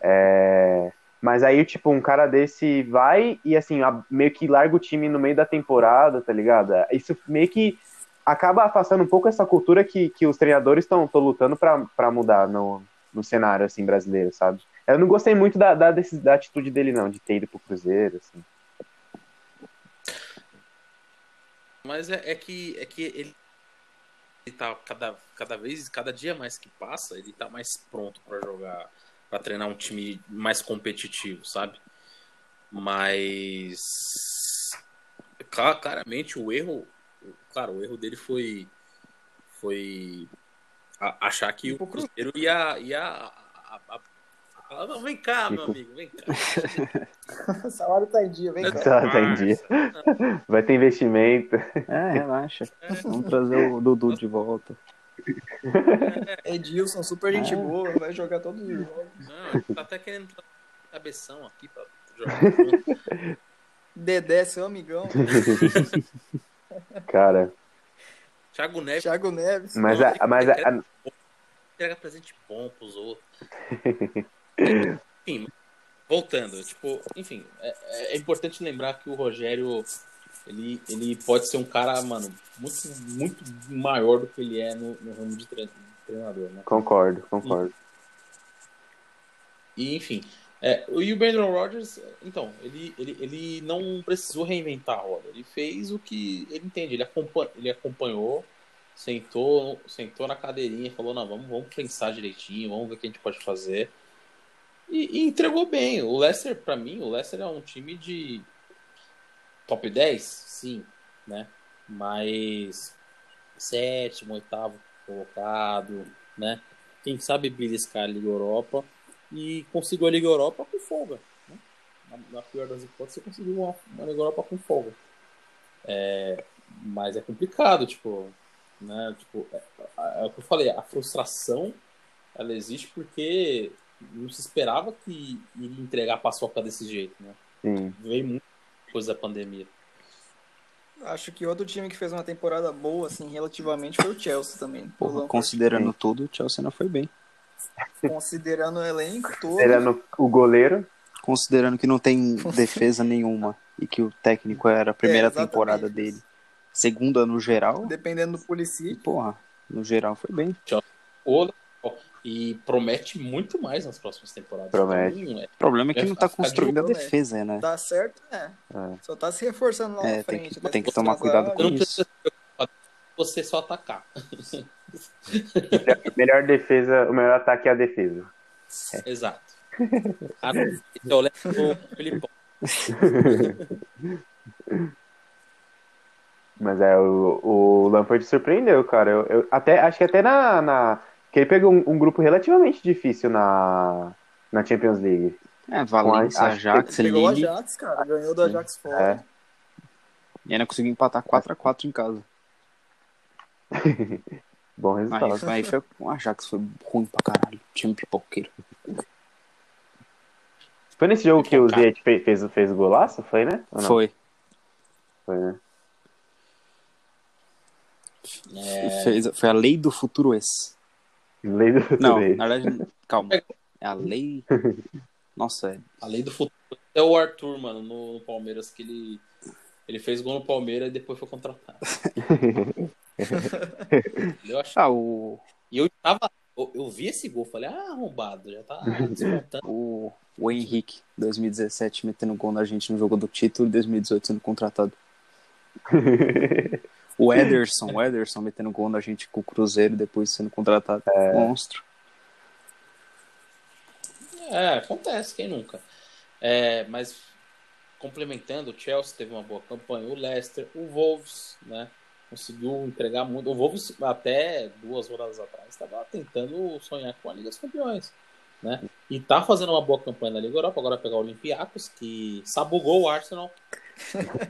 C: É, Mas aí, tipo, um cara desse vai e, assim, a- meio que larga o time no meio da temporada, tá ligado? Isso meio que acaba afastando um pouco essa cultura que, que os treinadores estão lutando pra pra mudar no, no cenário, assim, brasileiro, sabe? Eu não gostei muito da, da, desse- da atitude dele, não, de ter ido pro Cruzeiro, assim.
B: Mas é, é que, é que ele, ele tá cada, cada vez, cada dia mais que passa, ele tá mais pronto pra jogar, pra treinar um time mais competitivo, sabe? Mas cla- claramente o erro, claro, o erro dele foi foi a- achar que o Cruzeiro ia ia a- a- a- a- vem cá, meu amigo, vem cá.
A: O salário tá em dia, vem cá.
C: Tá, tá em dia. Vai ter investimento.
D: É, relaxa. Vamos trazer o Dudu de volta.
A: Edilson, super gente boa, vai jogar todos os jogos.
B: Não, tá até querendo trazer um cabeção aqui pra jogar junto.
A: Dedé, seu amigão.
C: Cara,
B: Thiago Neves
A: Thiago Neves.
C: mas, a, mas a, a-
B: entrega presente bom pros outros. enfim, voltando, tipo, enfim, é, é- é importante lembrar que o Rogério ele, ele pode ser um cara, mano, muito, muito maior do que ele é no, no ramo de tre- treinador, né?
C: concordo, concordo.
B: E, enfim, é, o- e o Brandon Rodgers, então, ele, ele, ele não precisou reinventar a roda. Ele fez o que ele entende. Ele, acompa- ele acompanhou, sentou, sentou na cadeirinha, falou: não, vamos, vamos pensar direitinho, vamos ver o que a gente pode fazer. E, e entregou bem. O Leicester, pra mim, o Leicester é um time de top 10, sim, né? Mas sétimo, oitavo colocado, né? Quem sabe beliscar a Liga Europa e conseguiu a Liga Europa com folga. né? Na, na pior das hipóteses, você conseguiu uma, uma Liga Europa com folga. É, mas é complicado, tipo, né? Tipo, é, é- é o que eu falei, a frustração ela existe porque não se esperava que iria entregar a paçoca desse jeito, né?
C: Sim.
B: Veio muito coisa da pandemia.
A: Acho que outro time que fez uma temporada boa, assim, relativamente, foi o Chelsea também. O
D: Porra,
A: Lampard,
D: considerando tudo, o Chelsea não foi bem.
A: Considerando o elenco todo.
C: Era é no, o goleiro.
D: Considerando que não tem defesa nenhuma e que o técnico era a primeira
A: É, exatamente.
D: temporada dele, segunda no geral,
A: Dependendo do Pulisic,
D: porra, no geral foi bem.
B: Ou- E promete muito mais nas próximas temporadas.
C: Promete.
B: Então, é,
D: O problema é que
B: É,
D: não tá
B: ficar de
D: construindo a
A: olho, né?
D: defesa, né?
A: dá certo, é.
C: É.
A: Só tá se reforçando lá
D: É,
A: na
D: tem
A: frente.
D: que-
A: né?
D: tem que tomar cuidado
B: eu não
D: Isso.
B: preciso se preocupar, você só atacar.
C: Melhor, melhor defesa, o melhor ataque é a defesa.
B: Exato. Ah, não. Esse é o Leco Filipão.
C: Mas é, o, o Lampard surpreendeu, cara. Eu, eu até, acho que até na. na que ele pegou um, um grupo relativamente difícil na, na Champions League.
D: É, Valência,
C: Acho que-
D: Ajax, é.
A: Pegou o
D: Lille,
A: Ajax, cara. Ganhou do Ajax
C: É,
A: fora.
D: e ainda conseguiu empatar 4x4 em casa.
C: Bom
D: Aí,
C: resultado.
D: aí foi, o Ajax foi ruim pra caralho. Time pipoqueiro.
C: Foi nesse jogo que o Ziyech fe- fez, fez, o golaço? Foi, né? Ou não?
D: é Foi.
C: Foi, né?
D: Fez- foi a lei do futuro ex.
C: Lei do
D: Não,
C: lei.
D: na verdade, calma. É a lei. Nossa, é.
B: A lei do futuro é o Arthur, mano, no, no Palmeiras, que ele, ele fez gol no Palmeiras e depois foi contratado. eu achava.
D: Ah, o,
B: E eu tava. Eu, eu vi esse gol, falei, ah, arrombado, já tá descontando.
D: o, o Henrique, 2017, metendo gol na gente no jogo do título, 2018 sendo contratado. O Ederson, o Ederson metendo gol na gente com o Cruzeiro, depois sendo contratado. Monstro.
B: É, acontece, quem nunca. É, mas complementando, o Chelsea teve uma boa campanha, o Leicester, o Wolves, né? Conseguiu entregar muito. O Wolves, até duas rodadas atrás, estava tentando sonhar com a Liga dos Campeões. Né? E tá fazendo uma boa campanha na Liga Europa, agora pegar o Olympiacos, que sabugou o Arsenal.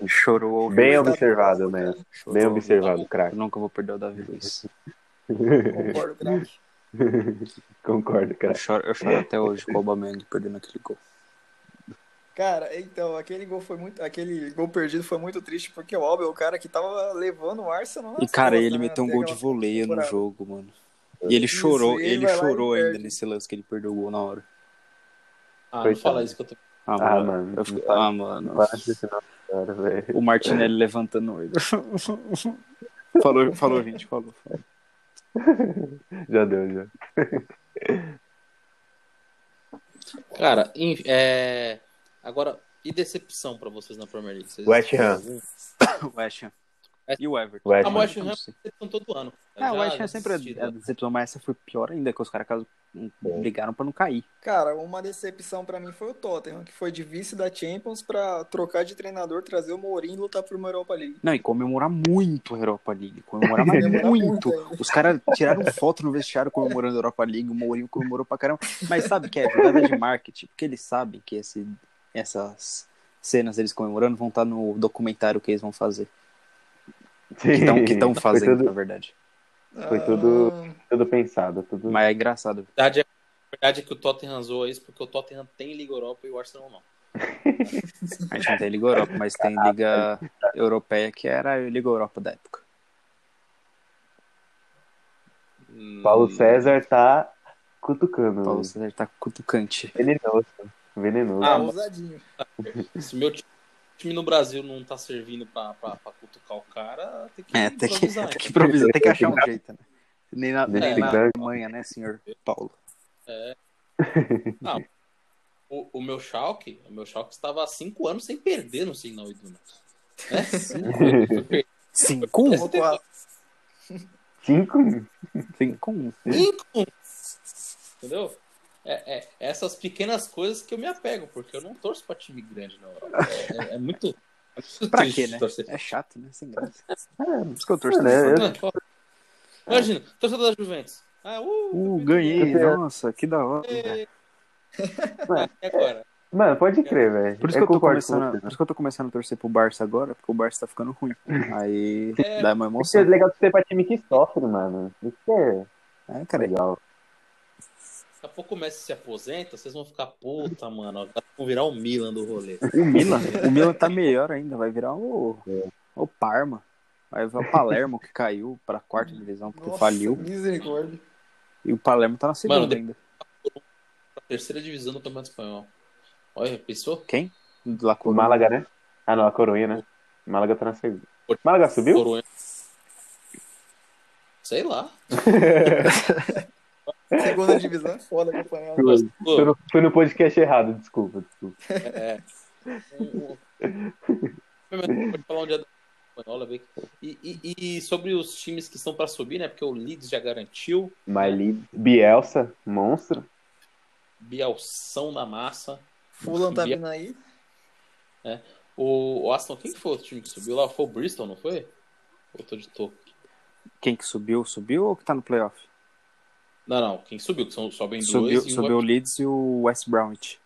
D: Chorou.
C: Bem
D: chorou,
C: observado, né?
D: chorou.
C: Bem observado,
D: Eu
C: craque.
D: nunca vou perder o Davi Luiz. É.
A: Concordo, craque.
C: Concordo,
D: Eu
C: craque.
D: choro, eu choro até hoje com o Aubameyang perdendo aquele gol.
A: Cara, então, aquele gol foi muito. Aquele gol perdido foi muito triste, porque o Alba é o cara que tava levando o Arsenal. nas
D: E, cara,
A: costas,
D: ele
A: né?
D: meteu um
A: Até
D: gol de
A: aquela-
D: voleio no
A: temporada.
D: jogo, mano. E ele
A: Isso,
D: chorou,
A: e ele
D: ele
A: vai lá e
D: chorou
A: perde.
D: ainda nesse lance que ele perdeu o gol na hora.
B: Ah, não
C: Coitado.
B: fala isso que eu tô.
D: Ah,
C: Ah,
D: mano.
C: mano.
D: eu fiquei- ah, mano.
C: Quase final, cara, velho.
D: O Martinelli levantando o olho. falou, falou, gente, falou. falou.
C: Já deu, já.
B: Cara, em- é... agora, e decepção pra vocês na Premier League? Vocês-
C: West Ham.
D: O West Ham. E o Everton.
C: West
B: Ah,
C: Ham.
B: mas o West Ham é decepção todo ano.
D: É, o
B: Já né?
D: West Ham sempre
B: desistiram.
D: é a decepção, mas essa foi pior ainda, que os caras caso- brigaram pra não cair.
A: Cara, uma decepção pra mim foi o Tottenham, que foi de vice da Champions pra trocar de treinador, trazer o Mourinho e lutar por uma Europa League.
D: Não, e comemorar muito a Europa League. Comemorar mais
A: Comemorar
D: muito.
A: muito ainda.
D: Os caras tiraram foto no vestiário comemorando a Europa League. O Mourinho comemorou pra caramba. Mas sabe que é jogada de marketing? Porque eles sabem que esse- essas cenas deles comemorando vão estar no documentário que eles vão fazer. Então, que estão
C: Foi
D: fazendo, na
C: tudo,
D: verdade.
C: Foi tudo-
D: Ah.
C: tudo pensado. Tudo...
D: Mas é engraçado.
B: A verdade, é, a verdade é que o Tottenham zoa isso porque o Tottenham tem Liga Europa e o Arsenal não.
D: A gente não tem Liga Europa, mas tem Liga Europeia, que era a Liga Europa da época.
B: Hum,
C: Paulo César tá cutucando.
D: Paulo
C: né?
D: César tá cutucante.
C: Venenoso. Venenoso.
A: Ah,
B: Ah,
A: ousadinho.
B: Se meu ti- time no Brasil não tá servindo pra, pra, pra cutucar o cara, tem que
D: É, tem que,
B: improvisar. né?
D: tem que improvisar, tem que achar um jeito, né? Nem na,
C: Desse
D: nem na
C: grande.
D: Alemanha, né, senhor Paulo?
B: O, o meu Schalke, o meu Schalke estava há cinco anos sem perder no Signal Iduna. Né? Cinco anos
A: Vamos
B: sem perder. É,
D: Cinco?
A: pro Ra-
C: Cinco?
D: Cinco um.
B: Cinco! Entendeu? É, é, essas pequenas coisas que eu me apego, porque eu não torço pra time grande na Europa. É, é muito. É muito
D: Pra
B: triste
D: quê, né?
B: torcer.
D: É chato, né? Sem graça.
C: É,
D: Por isso que eu torço.
C: Mano, é-
D: tanto.
B: Não, foda. Imagina, torcedor da Juventus. Ah, uh,
D: Uh, ganhei.
C: É.
D: Nossa, que da hora.
B: E
C: Mano.
B: agora?
C: Mano, pode crer, velho.
D: Por isso, que eu tô começando,
C: né?
D: a- por isso que eu tô começando a torcer pro Barça agora, porque o Barça tá ficando ruim. Aí
B: É.
D: dá uma
C: Isso é
D: emoção.
C: legal de ser pra time que sofre, mano. Isso que é
D: É, cara.
C: legal.
B: Daqui a pouco o Messi se aposenta, vocês vão ficar, puta, mano, vão virar o Milan do rolê. Tá
D: O Milan, o Milan tá melhor ainda, vai virar o, o Parma. Vai virar o Palermo que caiu pra quarta divisão porque
A: Nossa,
D: faliu.
A: Misericórdia.
D: E o Palermo tá na segunda
B: Mano, de-
D: ainda.
B: A terceira divisão do Campeonato Espanhol. Olha, pensou?
D: Quem? Lá
C: O Málaga, né? Ah, não, a Coruña, né? O Málaga tá na segunda. Málaga subiu?
B: Coronha. Sei lá.
A: Segunda divisão é foda acompanhar.
B: Mas,
C: Fui
B: pô,
C: no, fui no podcast errado, desculpa, desculpa.
B: é. um- um- Pode falar um dia da espanhola, vê. E, e- e sobre os times que estão pra subir, né? Porque o Leeds já garantiu,
C: My Leeds. Bielsa, monstro.
B: Bielção da massa.
A: Fulham tá vindo aí.
B: O, o Aston, quem que foi o time que subiu lá? Foi o Bristol, não foi? Ou eu tô de toco?
D: Quem que subiu? Subiu ou que tá no playoff?
B: Não, não. Quem subiu? Que são, sobem
D: Subiu,
B: dois. e um
D: subiu o Leeds e o West Bromwich.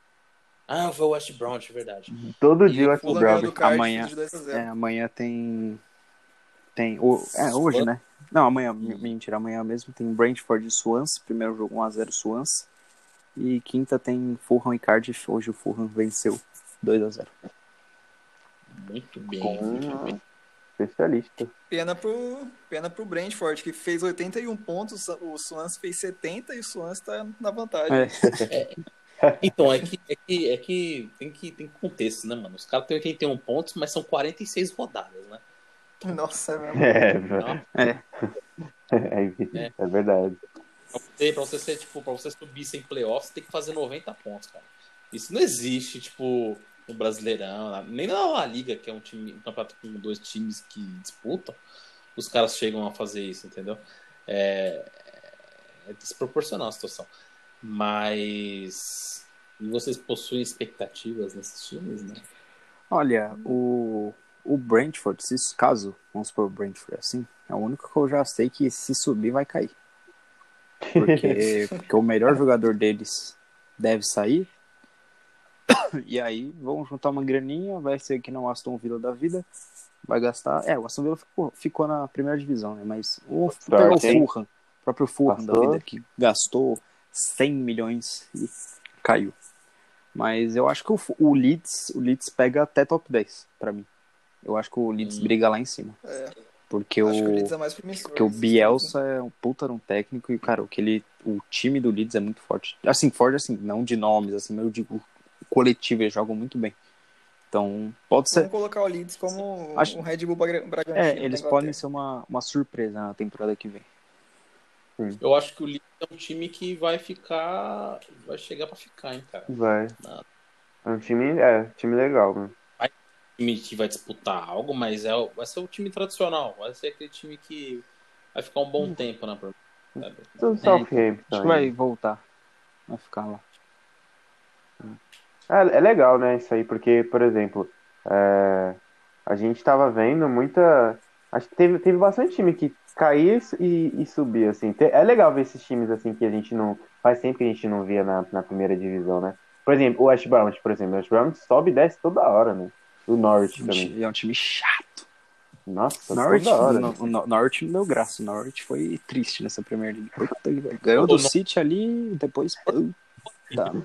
B: Ah, foi o West Brown, é verdade.
C: Todo
B: E
C: dia eu acho
A: Fulham
C: bravo.
A: ganhou do Cardiff
D: amanhã.
A: de 2 a 0.
D: É, amanhã tem. Tem. o- é, hoje, né? Não, amanhã, m- mentira, amanhã mesmo tem Brentford e Swans. Primeiro jogo 1x0 Swans. E quinta tem Fulham e Cardiff. Hoje o Fulham venceu 2x0.
B: Muito bem.
C: Com um especialista.
A: Pena pro, pena pro Brentford, que fez 81 pontos, o Swans fez 70 e o Swans tá na vantagem.
D: É.
B: Então, é que, é que, é que, tem que tem que contexto, né, mano? Os caras têm 81 pontos, mas são 46 rodadas, né?
A: Nossa, meu.
C: É,
B: Então,
C: é, é verdade.
B: pra você, pra você ser, tipo, pra você subir sem playoffs, você tem que fazer 90 pontos, cara. Isso não existe, tipo, no Brasileirão, na- nem na La Liga, que é um time, um campeonato com dois times que disputam, os caras chegam a fazer isso, entendeu? É, é desproporcional a situação. Mas e vocês possuem expectativas nesses times, né?
D: Olha, o, o Brentford, se isso caso, vamos supor o Brentford assim, é o único que eu já sei que se subir vai cair. Porque, porque o melhor jogador deles deve sair. E aí vão juntar uma graninha, vai ser que não o Aston Villa da vida. Vai gastar. É, o Aston Villa ficou, ficou na primeira divisão, né? Mas o, pegar o
C: hein?
D: Fulham, o próprio Fulham da
C: Passou.
D: vida, que gastou 100 milhões e caiu. Mas eu acho que o, Fu- o Leeds, o Leeds pega até top 10 pra mim. Eu acho que o Leeds
B: Hum.
D: briga lá em cima,
A: É,
D: porque
A: acho que o
D: o
A: Leeds é mais promissor.
D: porque o Bielsa é um puta de um técnico e cara, o que ele o time do Leeds é muito forte. Assim, forte assim, não de nomes assim, mas eu digo o coletivo, eles jogam muito bem. Então, pode ser
A: Vamos colocar o Leeds como
D: Acho-
A: um Red Bull Braga- Bragantino.
D: é, eles
A: da Inglaterra.
D: podem ser uma, uma surpresa na temporada que vem.
C: Sim.
B: Eu acho que o Leeds é um time que vai ficar. Vai chegar pra ficar, hein, cara.
C: Vai.
B: Nada.
C: É um time, é, time legal, mano.
B: time que vai disputar algo, mas é, o- vai ser o time tradicional. Vai ser aquele time que vai ficar um bom
D: Hum.
B: tempo na Premier League, sabe?
C: Do Southampton.
D: Acho
C: aí.
D: que vai voltar. Vai ficar lá.
C: É, é legal, né, isso aí, porque, por exemplo, é, a gente tava vendo muita. Acho que teve, teve bastante time que caía e, e subia, assim. Te- É legal ver esses times assim que a gente não. Faz tempo que a gente não via na, na primeira divisão, né? Por exemplo, o West Bromwich, por exemplo, o West Bromwich sobe e desce toda hora, né? O Norwich
D: Um
C: também.
D: ti- É um time chato.
C: Nossa,
D: Norwich,
C: toda hora. né?
D: no- no- Norwich não deu graça. O Norwich foi triste nessa primeira liga. Puta que pariu. Ganhou do
B: O Nor-
D: City ali, depois. Puta,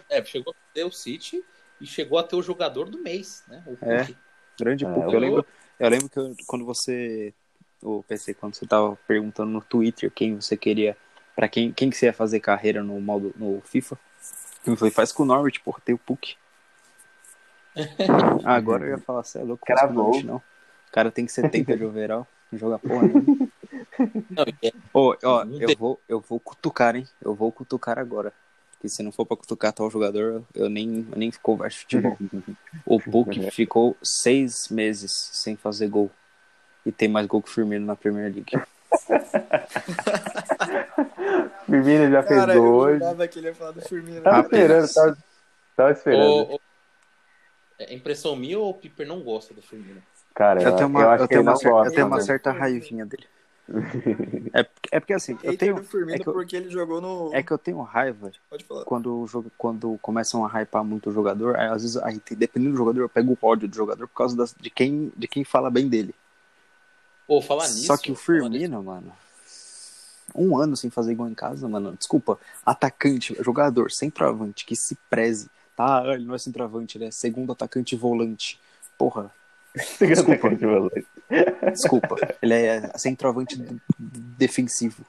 B: É, chegou a ter o City e chegou a ter o jogador do mês, né? O
D: É.
B: Hulk.
D: Grande
C: É,
D: Puck.
B: o-
D: Eu lembro, eu lembro que eu- quando você. O PC, quando você tava perguntando no Twitter quem você queria. Pra quem, quem que você ia fazer carreira no modo no FIFA. Eu falei, faz com o Norwich, porra, tem o Puck. Ah, agora eu ia falar, você é louco, faz com o
C: Cravou.
D: Norwich, não. O cara tem 70 de overall, não joga porra nenhuma.
B: Não, e é-
D: Ô, ó,
B: Não
D: eu
B: tem.
D: vou, eu vou cutucar, hein? Eu vou cutucar agora. Porque se não for pra cutucar tal jogador, eu nem, eu nem converso de futebol. O Puck ficou seis meses sem fazer gol. E tem mais gol que o Firmino na Premier League.
C: Firmino já fez
A: Cara, eu não
C: dois.
A: lembrava que ele ia falar do Firmino.
D: Ah,
C: Tava
A: cara.
C: esperando, tava, tava esperando.
B: o- o- É impressão minha ou o Piper não gosta do Firmino?
C: Cara, eu, É, eu acho que ele não gosta.
A: eu tenho uma
C: mano.
A: certa raivinha
D: dele. É, porque- é porque assim, eu
A: Hater
D: tenho,
A: do Firmino
D: é que eu-
A: porque ele jogou no...
D: é que eu tenho raiva
A: Pode falar.
D: quando, o jogo- quando começam a hypar muito o jogador. Aí, às vezes, aí, tem- dependendo do jogador, eu pego o ódio do jogador por causa das- de, quem, de quem fala bem dele.
B: Pô, falar nisso. é
D: Só que o
B: falar nisso,
D: Firmino, mano. Um ano sem fazer gol em casa, mano. Desculpa. Atacante, jogador, centroavante, que se preze. Tá, Ah, ele não é centroavante, ele é segundo atacante e volante. Porra, Desculpa. desculpa. ele é centroavante d- defensivo.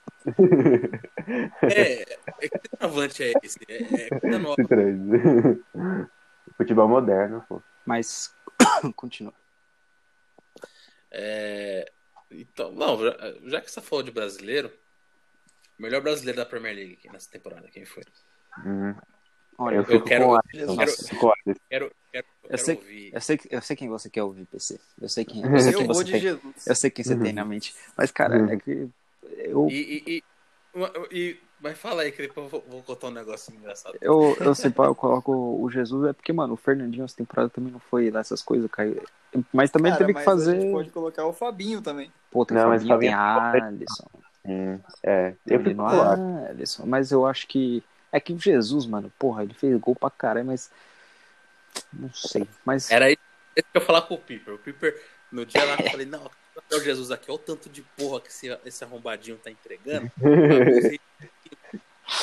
B: É, é que centroavante é esse? É, é coisa nova.
C: Futebol moderno, pô.
D: Mas, continua.
B: É, então, não, já, já que você falou de brasileiro, o melhor brasileiro da Premier League aqui nessa temporada, quem foi?
C: Hum.
D: Olha,
C: Eu
D: eu,
C: fico
B: quero-
C: com a
A: Jesus.
B: quero-
C: Nossa, com a-
B: Quero, quero, eu quero
D: sei-
B: ouvir.
D: sei, que- eu sei quem você quer ouvir, PC. Eu sei quem, eu sei
A: Eu
D: quem
A: vou
D: você
A: de
D: tem.
A: Jesus.
D: tipo assim. Eu sei quem você tem na mente. Mas, cara, é que. Eu,
B: E, e- e- uma- e- mas fala aí, que depois eu vou, vou contar um negócio engraçado.
D: Eu, eu sei, pá, eu coloco o Jesus, é porque, mano, o Fernandinho essa temporada também não foi lá essas coisas, cara. Mas também
A: Cara,
D: teve que
A: mas
D: fazer.
A: A gente pode colocar o Fabinho também.
D: Pô, tem
C: Não,
D: não,
C: mas
D: Fabinho, tem
C: Fabinho-
D: Alisson.
C: Hum, é, eu
D: Eu
C: fico
D: tem
C: com a-
D: Alisson. Mas eu acho que. É que o Jesus, mano, porra, ele fez gol pra caralho, mas. Não sei. Mas.
C: É,
B: Era isso que eu ia falar com o Piper. O Piper, no dia lá, eu falei, não, o Jesus aqui, olha o tanto de porra que esse, esse arrombadinho tá entregando.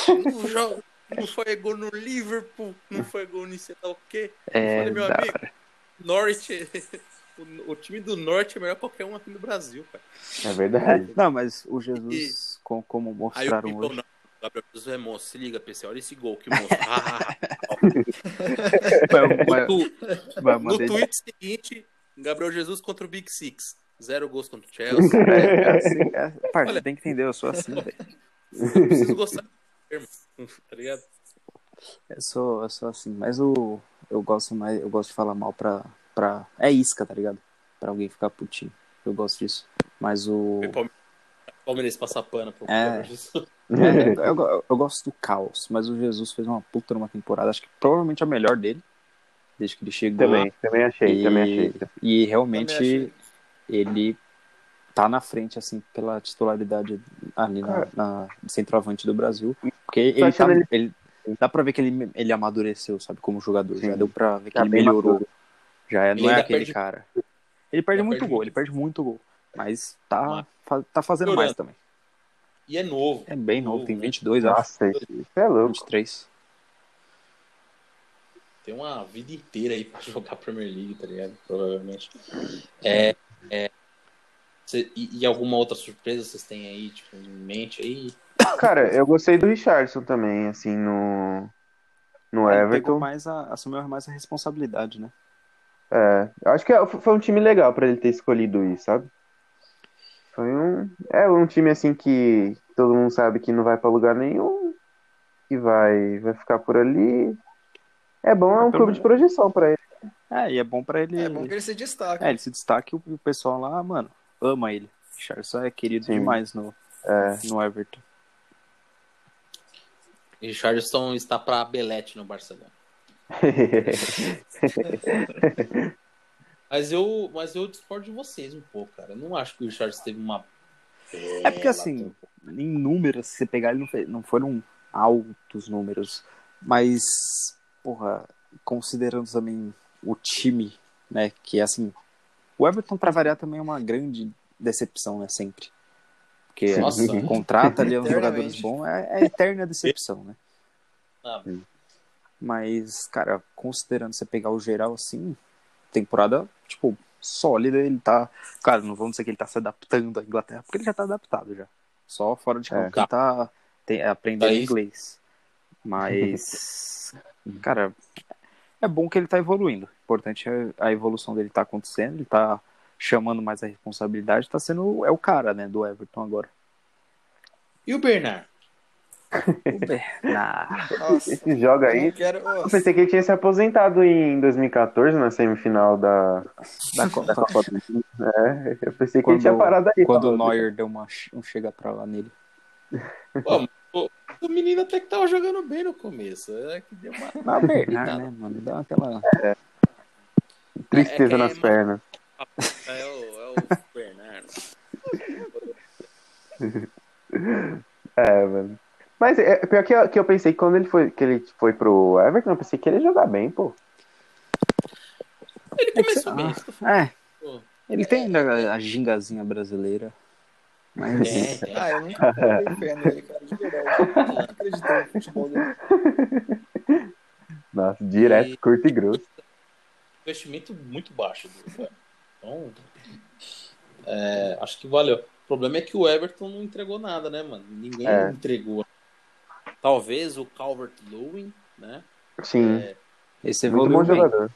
B: Não joga, não foi gol no Liverpool, não foi gol no sei lá o quê. Eu
D: É,
B: falei, meu
D: da-
B: amigo, Norte, o, o time do Norte é melhor que qualquer um aqui no Brasil, cara.
C: É verdade.
D: Não, mas o Jesus, com- como
B: Aí o
D: mostraram
B: Piper,
D: hoje.
B: não, Gabriel Jesus é monstro, se liga, PC, olha esse gol que monstro. Ah,
D: Vai- vai-
B: tu-
D: vai
B: No
D: mandar-
B: tweet seguinte, Gabriel Jesus contra o Big Six. Zero gols contra o Chelsea.
D: É, é assim, é, parça, você tem que entender, eu sou assim, velho.
B: Eu preciso gostar do termo, tá ligado?
D: Eu sou, eu sou assim, mas o, eu gosto mais, eu gosto de falar mal pra, pra. É isca, tá ligado? Pra alguém ficar putinho. Eu gosto disso. Mas o.
B: O Palme- Palmeiras passa pano pro
D: É.
B: Gabriel Jesus.
D: É, eu, eu- eu gosto do caos, mas o Jesus fez uma puta numa temporada, acho que provavelmente a melhor dele. Desde que ele chegou.
C: Também, também achei,
D: E,
C: também achei.
D: e
A: Também
D: realmente
A: achei.
D: ele tá na frente, assim, pela titularidade ali na,
C: Cara.
D: na centroavante do Brasil. Porque ele,
C: É. achando
D: tá-
C: ele-
D: ele- Dá pra ver que ele, ele amadureceu, sabe, como jogador.
C: Sim.
D: Já deu pra ver que
C: Tá
D: ele
C: bem
D: melhorou.
C: maduro.
D: Já é,
B: Ele
D: não é
B: ainda
D: aquele
B: perde-
D: cara. Ele perde
B: ainda
D: muito
B: perde
D: gol,
B: muito.
D: ele perde muito gol. Mas tá,
B: Mas-
D: fa- tá fazendo
B: Melhorando.
D: mais também.
B: E é novo.
D: É bem novo,
B: Novo,
D: tem
B: né?
D: 22, acho.
C: Nossa, isso isso é louco.
D: 23.
B: Tem uma vida inteira aí pra jogar a Premier League, tá ligado? Provavelmente. É, é. Cê- e, e alguma outra surpresa vocês têm aí, tipo, em mente aí?
C: Cara, eu gostei do Richardson também, assim, no, no
D: Ele pegou
C: Everton.
D: mais a, assumiu mais a responsabilidade, né?
C: É, eu acho que foi um time legal pra ele ter escolhido isso, sabe? Foi um. É um time assim que todo mundo sabe que não vai pra lugar nenhum. Que vai, vai ficar por ali. É bom, é um
D: Pelo
C: clube de projeção pra ele.
D: É, e é bom pra ele.
A: É bom que ele se destaca.
D: É, ele se destaca e o- e o pessoal lá, mano, ama ele. Richardson é querido
C: Sim.
D: demais no,
C: É.
D: no Everton.
B: Richardson está para Belete no Barcelona. Mas eu, mas eu discordo de vocês um pouco, cara. Eu não acho que o Richardson teve uma.
D: É porque assim, em números, se você pegar, ele não, fe- não foram altos números. Mas, porra, considerando também o time, né? Que é assim. O Everton, pra variar, também é uma grande decepção, né? Sempre. Porque
B: Nossa.
D: contrata ali uns jogadores
A: Eternamente.
D: bons, é, é eterna decepção, né?
B: Ah,
D: Mas, cara, considerando você pegar o geral assim, temporada, tipo, sólida, ele tá. Cara, não vamos dizer que ele tá se adaptando à Inglaterra, porque ele já tá adaptado já. Só fora de campo
C: É.
D: que ele tá tem- aprendendo
B: Aí-
D: inglês. Mas, cara, é bom que ele tá evoluindo. O importante é a evolução dele tá acontecendo, ele tá chamando mais a responsabilidade, tá sendo. É o cara, né, do Everton agora.
B: E o Bernard?
D: O Bernard.
A: Nossa.
C: Se joga
A: Eu não
C: aí.
A: quero.
C: Eu
A: Nossa.
C: pensei que ele tinha se aposentado em 2014 na semifinal da,
D: Da Copa.
C: da Copa. É, eu pensei que
D: Quando-
C: ele tinha parado aí.
D: Quando o
C: Tava-
D: Neuer deu uma, um chega pra lá nele.
B: O menino até que tava jogando bem no começo. É que deu uma.
D: Na Bernard, né, mano? Dá aquela.
C: É, Tristeza
B: É, é,
C: nas
B: mas-
C: pernas.
B: É o, é o Bernardo.
C: É, mano. Mas é, pior que eu, que eu pensei que quando ele foi, que ele foi pro Everton, eu pensei que ele ia jogar bem, pô.
B: Ele
C: Ah,
B: começou bem.
C: tá
D: É.
B: Pô.
D: Ele tem ainda a gingazinha brasileira. Mas.
B: É, tem.
A: Ah, eu nunca fui fé nele, cara, de verdade. Eu não acreditei no futebol dele.
C: Nossa, direto,
B: E-
C: curto e grosso.
B: um investimento muito baixo. do Everton. Então, é, acho que valeu. O problema é que o Everton não entregou nada, né, mano? Ninguém
C: É.
B: entregou. Talvez o Calvert Lewin, né?
C: Sim,
D: Esse
C: muito
D: evoluiu
C: bom
D: É, bem.
C: jogador.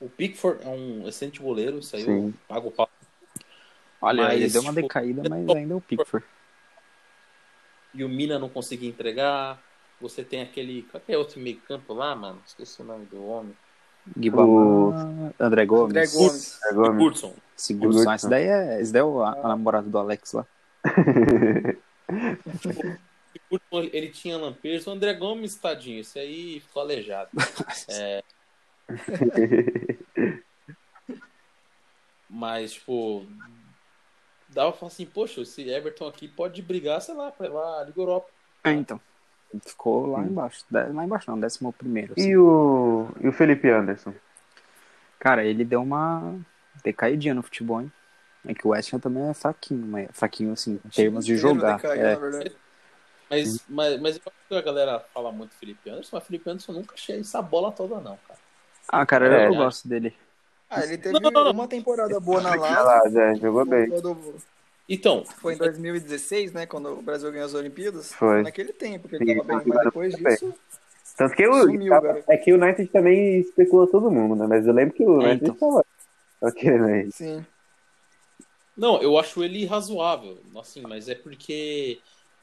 B: O Pickford é um excelente goleiro, isso aí eu
C: Sim.
B: pago o pau.
D: Olha,
B: Mas,
D: ele deu uma
B: tipo,
D: decaída, mas ainda é o Pickford.
B: E o Mina não conseguia entregar. Você tem aquele. Qual que é outro meio campo lá, mano? Esqueci o nome do homem.
D: Guibamã, André Gomes.
A: André Gomes.
C: Agora,
B: Goodson.
D: Sigurdsson. Esse daí é, esse daí é o a, a namorada do Alex lá.
B: Goodson, ele- ele tinha lampejos. O André Gomes, tadinho, esse aí ficou aleijado. Mas, tipo, dava pra falar assim, poxa, esse Everton aqui pode brigar, sei lá, pela Liga Europa.
D: É, então. Ficou lá embaixo. De- Lá embaixo não, décimo primeiro. assim.
C: e, o, e o Felipe Anderson?
D: Cara, ele deu uma decaidinha no futebol, hein? É que o West Ham também é fraquinho, mas fraquinho assim, em termos de
A: Inteiro
D: jogar.
A: decaiu,
D: É,
A: na verdade.
B: Mas, mas, mas eu acho que a galera fala muito do Felipe Anderson, mas o Felipe Anderson nunca cheia essa bola toda, não, cara.
D: Ah, cara,
C: É,
D: eu
B: né?
D: gosto dele.
A: Ah, ele teve
B: Não, não, não.
A: uma temporada boa na
C: Ah,
A: Lazio.
C: lá, já jogou bem.
A: Quando
B: Então,
A: foi em 2016, né? Quando o Brasil ganhou as Olimpíadas.
C: Foi.
A: Naquele tempo que
C: Sim,
A: ele tava bem.
C: claro,
A: Mas depois
C: tudo bem.
A: disso,
C: Tanto que o,
A: Sumiu,
C: tava-
A: garoto.
C: é que o United também especulou todo mundo, né? Mas eu lembro que o
D: É,
C: United
D: então.
C: tava, né? tava querendo ele.
A: sim.
B: não, eu acho ele razoável, assim, mas é porque.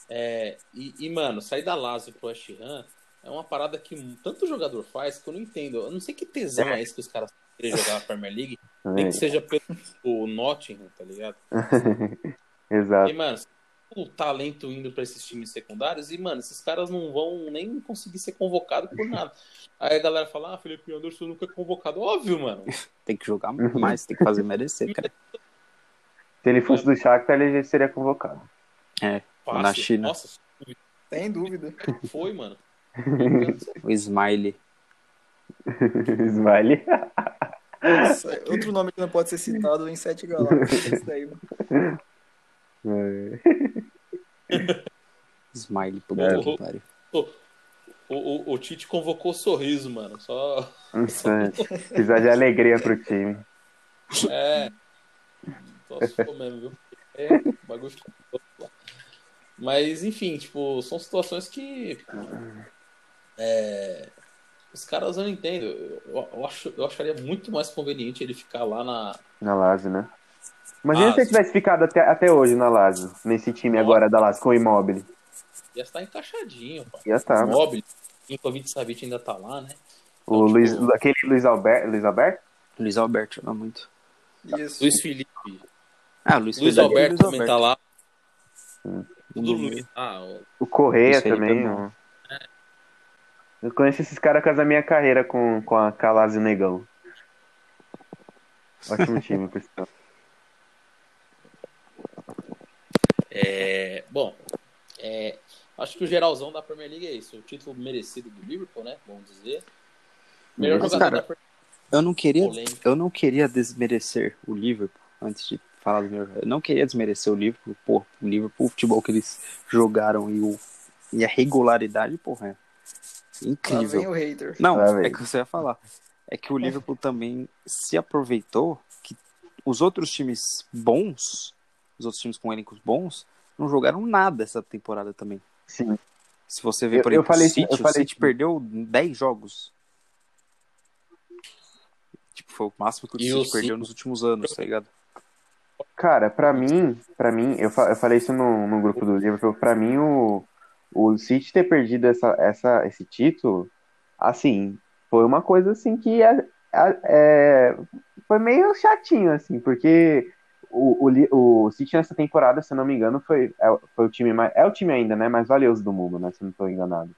B: é, e, e, mano, sair da Lazio pro West Ham é uma parada que tanto jogador faz que eu não entendo. Eu não sei que tesão é esse que os caras querem jogar na Premier League,
D: É.
B: nem que seja pelo Nottingham, tá ligado? E,
C: Exato.
B: mano, o talento indo pra esses times secundários, e, mano, esses caras não vão nem conseguir ser convocado por nada. Aí a galera fala, ah, Felipe Anderson nunca é convocado. Óbvio, mano.
D: Tem que jogar
C: Uhum.
D: mais, tem que fazer merecer, cara.
C: Se ele fosse do Shakhtar, ele já seria convocado.
B: Fácil.
D: Na China.
B: Nossa,
A: Sem dúvida.
B: foi, mano.
D: O Smiley.
C: Smiley.
A: Nossa, outro nome que não pode ser citado em Sete Galáxias. é Esse daí, mano.
D: Smiley, puta
B: É.
D: que pariu.
B: O, o- o Tite convocou o sorriso, mano. Só.
C: Insano. Precisar de alegria pro time.
B: É. Só se for mesmo, viu? É, o bagulho ficou louco lá. Mas, enfim, tipo, são situações que. é, os caras eu não entendo. Eu, eu acho, eu acharia muito mais conveniente ele ficar lá na,
C: Na Lazio, né? Imagina
B: Ah,
C: se ele
B: sim.
C: tivesse ficado até, até hoje na Lazio, nesse time agora da Lazio com o Immobile.
B: Ia estar encaixadinho, pá.
C: Já tá. né?
B: Móvel, o Covid Savic ainda tá lá, né?
C: O Luiz, aquele Luiz Alberto, Luiz Alberto?
D: Luiz Alberto joga muito.
A: Isso.
B: Luiz Felipe.
D: Ah, Luiz,
B: Luiz
D: Felipe.
B: Alberto
D: Luiz
B: também tá lá. Tudo
D: Hum.
B: Luiz. Ah, o-
C: O Correia
D: Luiz Felipe
C: também.
D: é bom.
C: ó. Eu conheço esses caras por causa da minha carreira com, com a Calazzi e o Negão. Ótimo time, por sinal.
B: é, bom, é, acho que o geralzão da Premier League é isso. O título merecido do Liverpool, né? Vamos dizer. Melhor
D: Mas,
B: jogador
D: cara,
B: da Premier
D: Eu não queria,
B: Polêmica.
D: eu não queria desmerecer o Liverpool antes de falar do meu. Eu não queria desmerecer o Liverpool, pô, o Liverpool, o futebol que eles jogaram e, o, e a regularidade, porra, é
A: Lá vem
D: incrível.
A: o hater.
D: Não,
C: Lá vem.
D: é que você ia falar. É que o Liverpool também se aproveitou que os outros times bons, os outros times com elencos bons, não jogaram nada essa temporada também.
C: Sim.
D: Se você ver,
C: Eu-
D: por
C: eu
D: exemplo,
C: falei
D: o
C: isso-
D: City,
C: eu
D: o
C: falei
D: City
C: isso.
D: perdeu 10 jogos. Tipo, foi o máximo que o
B: E
D: City
B: o
D: perdeu
B: City-
D: nos últimos anos, tá ligado?
C: Cara, pra mim, pra mim, eu, fa- eu falei isso no, no grupo do Liverpool, pra mim o, o City ter perdido essa, essa, esse título, assim, foi uma coisa assim que é- é- é, foi meio chatinho, assim, porque o, o, Li- o City nessa temporada, se eu não me engano, foi, é, o- foi o time mais, é o time ainda, né, mais valioso do mundo, né, se eu não tô enganado.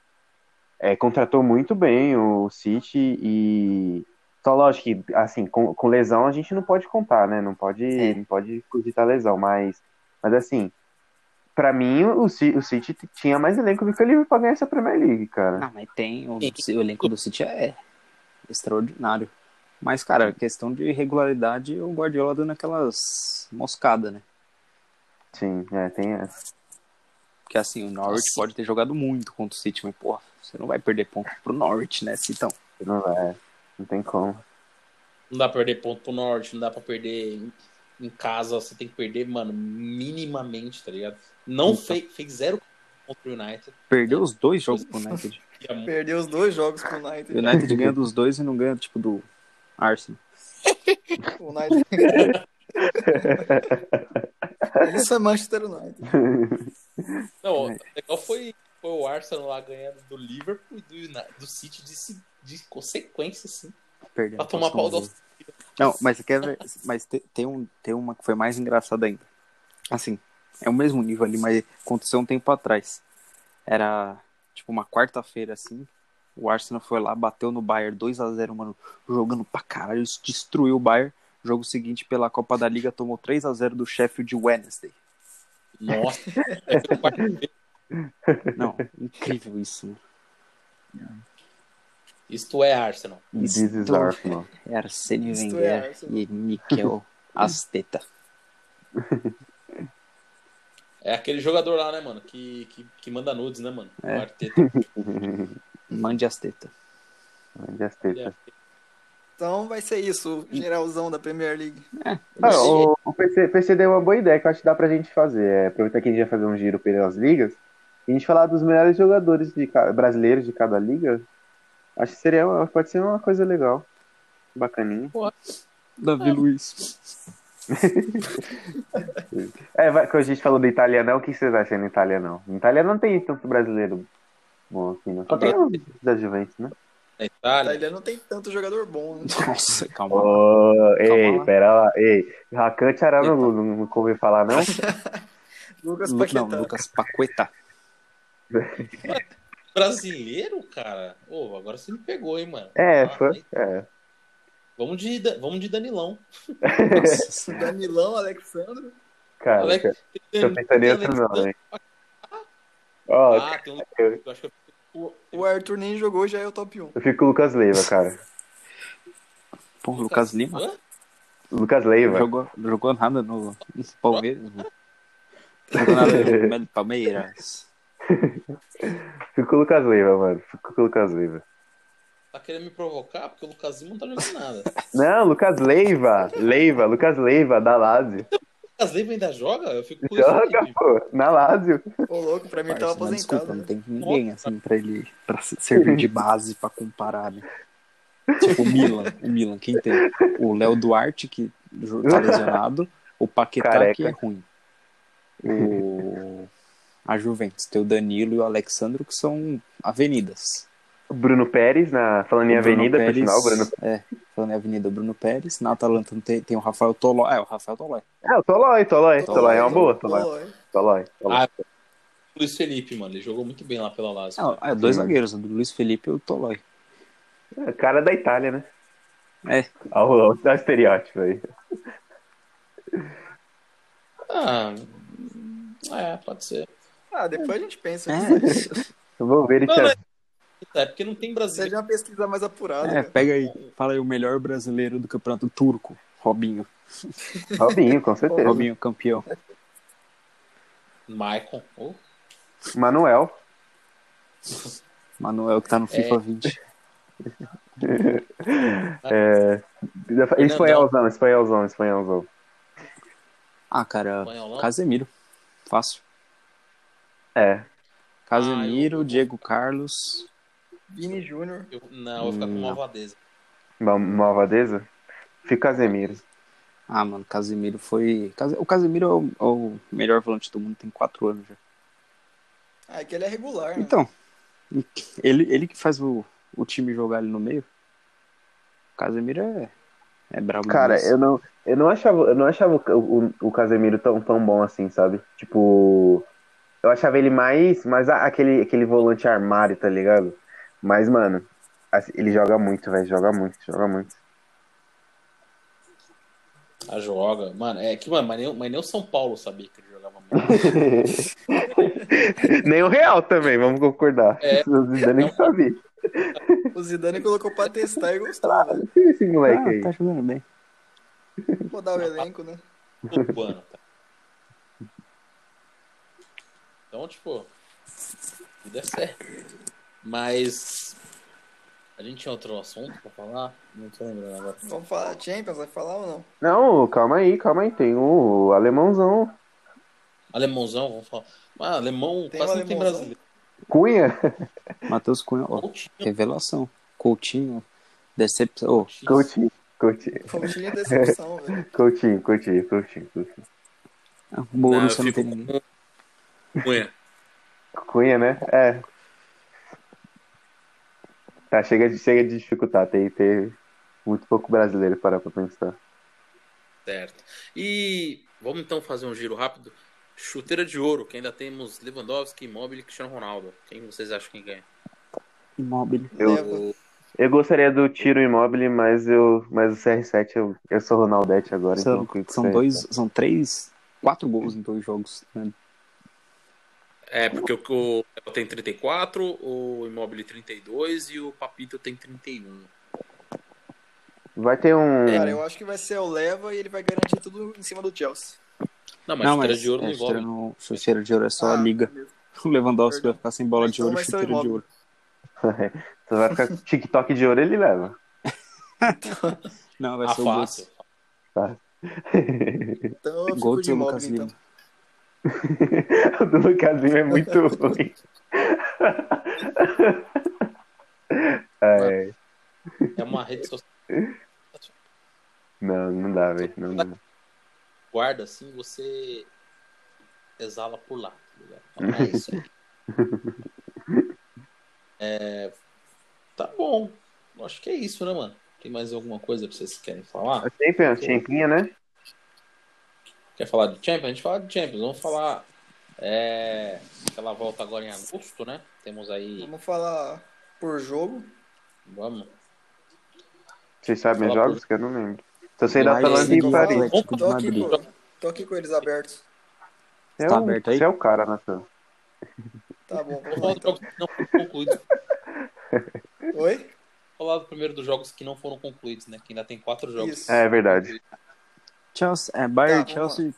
C: É, contratou muito bem o City e só lógico que, assim, com, com lesão a gente não pode contar, né? Não pode, não pode cogitar lesão, mas, mas assim, pra mim o, Ci- o City t- tinha mais elenco do que o Liverpool pra ganhar essa Premier League, cara.
D: Não, Ah, mas tem. O,
B: É. Sim.
D: o elenco do City é extraordinário. Mas, cara, questão de regularidade, o Guardiola dando aquelas moscadas, né?
C: Sim, é, tem essa.
D: Porque assim, o Norwich
B: Nossa.
D: pode ter jogado muito contra o City, mas, porra, você não vai perder ponto pro Norwich, né, Citão?
C: Não, é, não tem como.
B: Não dá pra perder ponto pro Norte, não dá pra perder em, em casa. Você tem que perder, mano, minimamente, tá ligado? Não
D: Então.
B: fez, fez zero contra o United.
D: Perdeu os dois jogos pro United.
C: É.
B: E a-
A: Perdeu os dois jogos com o
D: O
A: United.
D: United ganha dos dois e não ganha, tipo, do Arsenal.
A: O United. Isso é Manchester United.
B: Não, o legal foi, foi o Arsenal lá ganhando do Liverpool e do, United- do City de, se- de consequência, assim.
D: Perdeu.
B: Pra tomar pau do
D: Não, mas você quer ver. Mas te- tem, um, tem uma que foi mais engraçada ainda. Assim, é o mesmo nível ali, mas aconteceu um tempo atrás. Era tipo uma quarta-feira assim. O Arsenal foi lá, bateu no Bayern 2 a 0 mano, jogando pra caralho, isso destruiu o Bayern. Jogo seguinte pela Copa da Liga tomou 3 a 0 do Sheffield Wednesday.
B: Nossa, foi o quarto
D: Não, incrível isso. mano.
B: Isto é Arsenal.
C: This is
D: Estou-
C: Arsenal.
D: É Arsene
A: Isto é
D: Wenger
A: Arsenal.
D: e Mikel Asteta.
B: É aquele jogador lá, né, mano? Que, que, que manda nudes, né, mano?
D: É.
B: O Arteta.
D: Mande Asteta.
C: Onde as tetas.
A: Então vai ser isso, o geralzão da Premier League.
D: É.
C: Ah, o, o PC, PC deu uma boa ideia que eu acho que dá pra gente fazer. É, aproveitar que a gente vai fazer um giro pelas ligas e a gente falar dos melhores jogadores de ca- brasileiros de cada liga. Acho que seria, uma- pode ser uma coisa legal. Bacaninha.
D: Davi Luiz.
C: É, vai, quando a gente falou do italianão, o que vocês acham do italianão? No italianão não tem tanto brasileiro bom assim, né? Só tem o da Juventus, né?
B: Da
A: A
B: Itália.
A: Itália não tem tanto jogador bom, né?
D: Nossa, calma.
C: Ô, ei,
D: lá.
C: pera lá, ei. Rakan Tcharam não, não, não ouviu falar, não?
A: Lucas
D: Lu-
A: Paquetá.
D: Não, Lucas Paquetá.
B: Brasileiro, cara? Ô, agora você me pegou, hein, mano?
C: É,
B: Ah,
C: foi.
B: aí-
C: É.
B: Vamos de, Da- vamos de Danilão.
D: Nossa senhora.
A: Danilão, Alexandre.
C: Cara,
B: Alex-
C: eu tô pensando em outro nome. Ó,
B: Ah, tem um. Eu acho que eu-
A: O, o Arthur nem jogou, já é o top 1.
C: eu fico com o Lucas Leiva, cara.
D: Pô, Lucas Lima
B: Hã?
C: Lucas Leiva.
D: jogou, jogou nada no, no Palmeiras, mano. Jogou nada no Palmeiras.
C: Fico com o Lucas Leiva, mano. Fico com o Lucas Leiva.
B: Tá querendo me provocar? Porque o Lucas Lima não tá jogando nada.
C: Não, Lucas Leiva. Leiva, Lucas Leiva, da Lazio.
B: O Lucas Lima ainda joga? Eu fico com
C: Joga,
B: isso.
C: pô, na Lazio.
A: Ô, louco, pra mim tava
D: Parça, mas Desculpa,
A: aposentado.
D: não
A: né?
D: tem ninguém assim pra ele pra se- servir de base pra comparar, né? Tipo o Milan, o Milan, quem tem? O Léo Duarte, que jo- tá lesionado. O Paquetá
C: Careca.
D: que é ruim. O... A Juventus tem o Danilo e o Alexandro que são avenidas.
C: Bruno Pérez, na, falando em
D: O Bruno
C: Avenida, por
D: Pérez-
C: sinal, Bruno.
D: É, falando em Avenida, o Bruno Pérez. Na Atalanta não tem, tem o Rafael Toló. É, o Rafael Toló.
C: É, o Tolói, Tolói.
D: Tolói,
C: Tolói é uma boa, Tolói.
A: Tolói.
C: Tolói, Tolói.
B: Ah, Luiz Felipe, mano, ele jogou muito bem lá pela Lazio.
D: Não, é, dois
C: Sim.
D: zagueiros, o do Luiz Felipe e o Tolói.
B: Ah.
C: É, Cara da Itália, né?
D: É.
C: Olha o, olha o estereótipo aí.
B: Ah, é, pode ser.
A: Ah, depois a gente pensa.
D: É.
C: Eu vou ver ele
B: Não,
C: te
B: mas- É porque não tem Brasil.
A: Seja uma pesquisa mais apurada.
D: É,
A: cara.
D: pega aí. Fala aí o melhor brasileiro do campeonato turco. Robinho.
C: Robinho, com certeza.
D: Robinho campeão.
B: Maicon. Oh,
C: Manuel.
D: Manuel que tá no FIFA 20.
C: É... Espanholzão, espanholzão, espanholzão.
D: Ah, cara,
B: espanholão.
D: Casemiro. Fácil.
C: É.
D: Casemiro,
B: Ah, eu-
D: Diego Carlos.
A: Vini Júnior.
B: Eu- não, eu vou ficar com
D: Hum, não.
B: Malvadeza.
C: Mal- Malvadeza? Fica Casemiro.
D: Ah, mano, Casemiro foi. Case- O Casemiro é o, é o melhor volante do mundo, tem quatro anos já.
A: Ah, é que ele é regular, né?
D: Então, ele, ele que faz o, o time jogar ali no meio. O Casemiro é, é brabo.
C: Cara,
D: demais.
C: eu não, eu não achava, eu não achava o, o, o Casemiro tão, tão bom assim, sabe? Tipo, eu achava ele mais, mais a- aquele, aquele volante armário, tá ligado? Mas, mano, assim, ele joga muito, velho, joga muito, joga muito.
B: A Ah, joga. Mano, é que, mano, mas nem, mas nem o São Paulo sabia que ele jogava muito.
C: Nem o Real também, vamos concordar.
B: É.
C: O Zidane que sabia.
A: O Zidane colocou pra testar e gostou, velho.
C: Tira é esse moleque
D: ah,
C: aí.
D: tá jogando bem.
A: Rodar o elenco, né?
B: Urbano, tá? Então, tipo, tudo é certo. Mas a gente tinha outro assunto pra falar? Não tô lembrando agora.
A: Vamos falar Champions, vai falar ou não?
C: Não, calma aí, calma aí, tem o alemãozão.
B: Alemãozão, vamos falar. Ah, alemão
A: Tem
B: quase
A: um
B: não tem
A: alemãozão?
B: brasileiro.
C: Cunha,
D: Matheus Cunha, ó,
B: Coutinho,
D: revelação. Coutinho, decepção. Ô,
B: Coutinho.
C: Coutinho, Coutinho,
A: Coutinho é decepção, velho.
C: Coutinho, Coutinho, Coutinho, Coutinho.
D: Moro,
B: Não,
D: você
B: eu
D: ah, não tem
B: fico
D: ninguém.
B: com Cunha.
C: Cunha, né? É. Tá, chega de, chega de dificultar. Tem, tem muito pouco brasileiro parar pra pensar.
B: Certo. E vamos então fazer um giro rápido. Chuteira de ouro, que ainda temos Lewandowski, Immobile e Cristiano Ronaldo. Quem vocês acham que ganha?
D: Imóvel.
C: Eu-
A: Leva.
C: Eu gostaria do tiro imóvel, mas eu. Mas o CR7, eu, eu sou Ronaldete agora, então
D: São,
C: eu fico
D: são
C: sem-
D: dois, são três, quatro gols em dois jogos. né?
B: É, porque o- o Léo tem 34, o Immobile 32 e o Papito tem 31.
C: Vai ter um.
A: Cara, eu acho que vai ser o Leva e ele vai garantir tudo em cima do Chelsea.
B: Não, mas chuteira de ouro
D: é,
B: não envolve.
D: chuteira no- chuteira de ouro é só a
A: Ah,
D: liga.
A: beleza.
D: O Lewandowski
A: Perdão.
D: vai ficar sem bola de
A: Então
D: ouro e
A: vai ser o
D: chuteira de
A: Immobile.
D: ouro.
C: Você vai ficar com TikTok de ouro, ele leva.
D: Não, vai
B: Ah,
D: ser o Götze.
B: fácil.
A: Então eu fico
D: Gol do
A: de
D: Lucas
A: Immobile,
D: Lima.
A: então.
C: o do Lucasinho é muito ruim. É,
B: É uma rede social
C: não, não dá, velho. Não dá.
B: que guarda assim, você exala por lá. tá ligado? Então, é isso aí. É, tá bom. Eu Acho que é isso, né, mano? Tem mais alguma coisa que vocês querem falar?
C: Sempre uma champinha, né?
B: Quer falar de Champions? A gente fala de Champions. Vamos falar é, aquela volta agora em agosto, né? Temos aí.
A: Vamos falar por jogo.
B: Vamos.
C: Vocês sabem os
B: Fala
C: jogos? Que eu não lembro. Só sei da
D: Mas-
C: Atalanta
D: Sim,
C: e
A: Então,
C: Paris.
A: fala.
D: Atlético de
A: Tô aqui
D: Madrid.
A: com- Tô aqui com eles abertos.
C: Você
D: Tá
C: é o-
D: aberto aí?
C: Você é o cara, Natan.
A: Tá bom,
B: Vamos
A: vamos lá
B: falar dos
A: então.
B: jogos que não foram concluídos. Vamos
A: Oi?
B: falar primeiro dos jogos que não foram concluídos, né? Que ainda tem quatro jogos.
A: Isso.
C: É verdade.
D: Chelsea, é, Bayern,
A: Tá, vamos
D: Chelsea.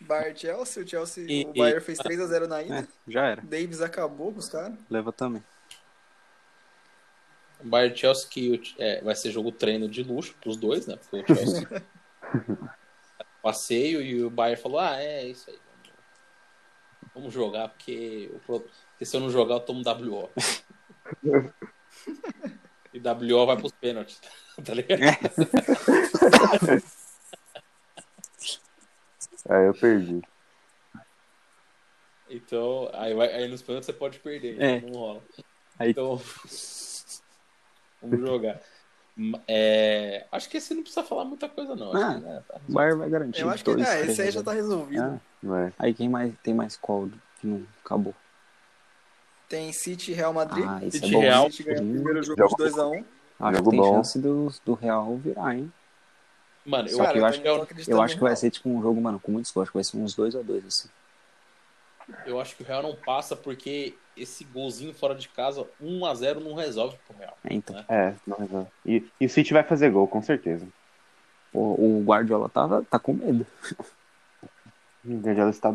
A: Bayern Chelsea, é o Chelsea,
B: E-
A: o Bayern fez 3x0 na ida.
D: É, já era.
A: Davis acabou com os caras.
D: Leva também.
B: O Bayern Chelsea que o- é, vai ser jogo treino de luxo pros dois, né? Porque o Chelsea um passeio e o Bayern falou: ah, é isso aí. vamos- Vamos jogar, porque, o pro- porque se eu não jogar, eu tomo WO.
C: É.
B: e WO vai pros pênaltis, tá ligado?
C: Aí É, eu perdi.
B: Então, aí, vai- aí nos pênaltis você pode perder.
D: É.
B: Não rola.
D: Aí-
B: Então, vamos jogar. É, acho que esse não precisa falar muita coisa, não. Acho
D: Ah.
B: que, né, tá
D: O Bayern vai garantir.
A: Eu
D: os
A: acho que
D: dois,
A: ah,
D: três
A: esse aí já tá
D: agora.
A: resolvido.
D: Ah,
C: Não é.
D: aí quem mais tem mais qual que não acabou?
A: Tem City e Real Madrid.
D: Ah, isso
B: City
D: é bom.
B: Real.
A: O City ganhou o primeiro jogo de
C: Jogo.
A: 2x1.
D: Acho
C: Jogo
D: que tem
C: bom.
D: chance do, do Real virar, hein?
B: Mano, eu,
D: Só que eu acho-
B: que é o-
D: Eu acho que vai ser tipo um jogo, mano, com muito score. Acho que vai ser uns 2x2, assim.
B: eu acho que o Real não passa porque esse golzinho fora de casa, 1x0 não resolve pro Real.
D: É, então.
C: É, não resolve. E, e o City vai fazer gol, com certeza.
D: O, o Guardiola tá, tá com medo.
C: O Guardiola está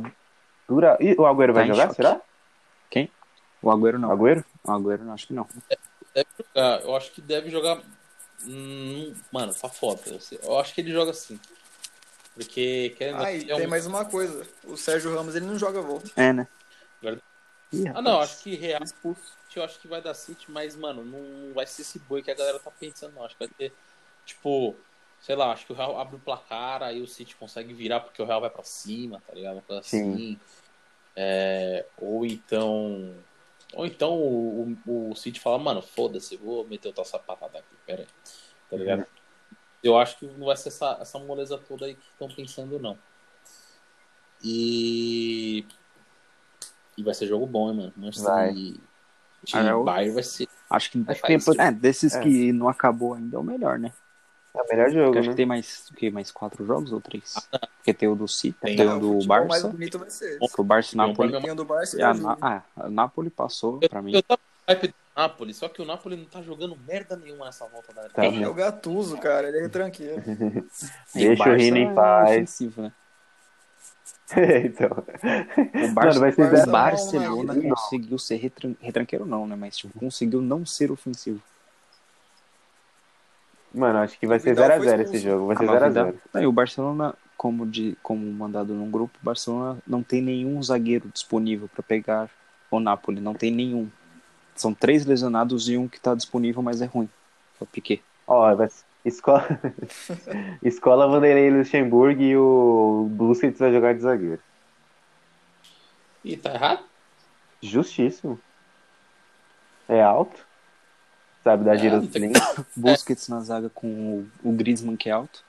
C: dura. Ih, o Agüero
D: Tá
C: vai
D: em
C: jogar,
D: choque.
C: será?
D: O Agüero
C: O
D: não.
C: Agüero?
D: O Agüero não, acho que não.
B: Ah, eu acho que deve jogar. Hum, mano, tá foda. Eu, sei- eu acho que ele joga assim. Porque querendo ou não,
A: Ah, e
B: é um-
A: tem mais uma coisa. O Sérgio Ramos, ele não joga volta.
D: É, né?
B: Agora-
D: Ih,
B: Ah,
D: rapaz.
B: não, acho que Real eu acho que vai dar City, mas, mano, não vai ser esse boi que a galera tá pensando, não. Acho que vai ter, tipo, sei lá, acho que o Real abre o placar, aí o City consegue virar porque o Real vai pra cima, tá ligado? Uma coisa
C: Sim.
B: assim. É, ou então. Ou então o, o, o City fala, mano, foda-se, eu vou meter outra sapatada aqui, pera aí. Tá ligado? Eu acho que não vai ser essa, essa moleza toda aí que estão pensando, não. E. E vai ser jogo bom, hein, mano? Manchester
C: Vai.
B: e- de
D: Ah, eu-
B: Bayern vai ser.
D: Acho que,
B: Acho que
D: é,
B: tem pro-
D: desses
C: É.
D: que não acabou ainda é o melhor, né?
C: É o melhor
D: Porque
C: jogo,
D: acho que
C: né?
D: tem mais o quê? Mais quatro jogos ou três? Porque tem o do City,
B: Tem.
D: tem,
A: Ah,
D: o do
A: futebol mais
D: Barça,
A: bonito vai ser.
D: que o Barça e
B: Tem um
D: Napoli.
B: problema-
A: Tem um. o do Barça e
D: Ah,
A: o do
D: na- ah, o Napoli passou pra mim.
B: Eu tava no hype do é Napoli, só que o Napoli não tá jogando merda nenhuma nessa volta da
C: Tá.
A: É o Gatuso, cara. Ele é retranqueiro.
D: Uhum. E
C: Deixa o
D: Barça
C: Rino em
D: é
C: paz.
D: ofensivo, né?
C: então.
D: O
C: Mano,
D: Barça,
C: vai
A: Barça-
C: ser
D: o
C: Barça.
D: Barcelona
C: Não.
D: conseguiu ser retran- retranqueiro, não, né? Mas tipo, conseguiu não ser ofensivo.
C: Mano, acho que vai
A: O
C: ser
A: Vidal foi
C: 0x0 esse
A: expulso.
C: jogo. Vai
D: Ah,
C: ser
D: mas ainda-
C: 0x0.
D: Aí o Barcelona, como, de, como mandado num grupo, o Barcelona não tem nenhum zagueiro disponível para pegar o Napoli, não tem nenhum. São três lesionados e um que tá disponível, mas é ruim. É o Piquet.
C: Ó, vai ser- escola... escola Vanderlei Luxemburgo e o Busquets vai jogar de zagueiro.
B: Ih, tá errado?
C: Justíssimo. É alto. Sabe, da
B: É,
C: gira
B: não
C: do
B: tem-
C: Slim.
D: Busquets na zaga com o, o Griezmann, que é alto.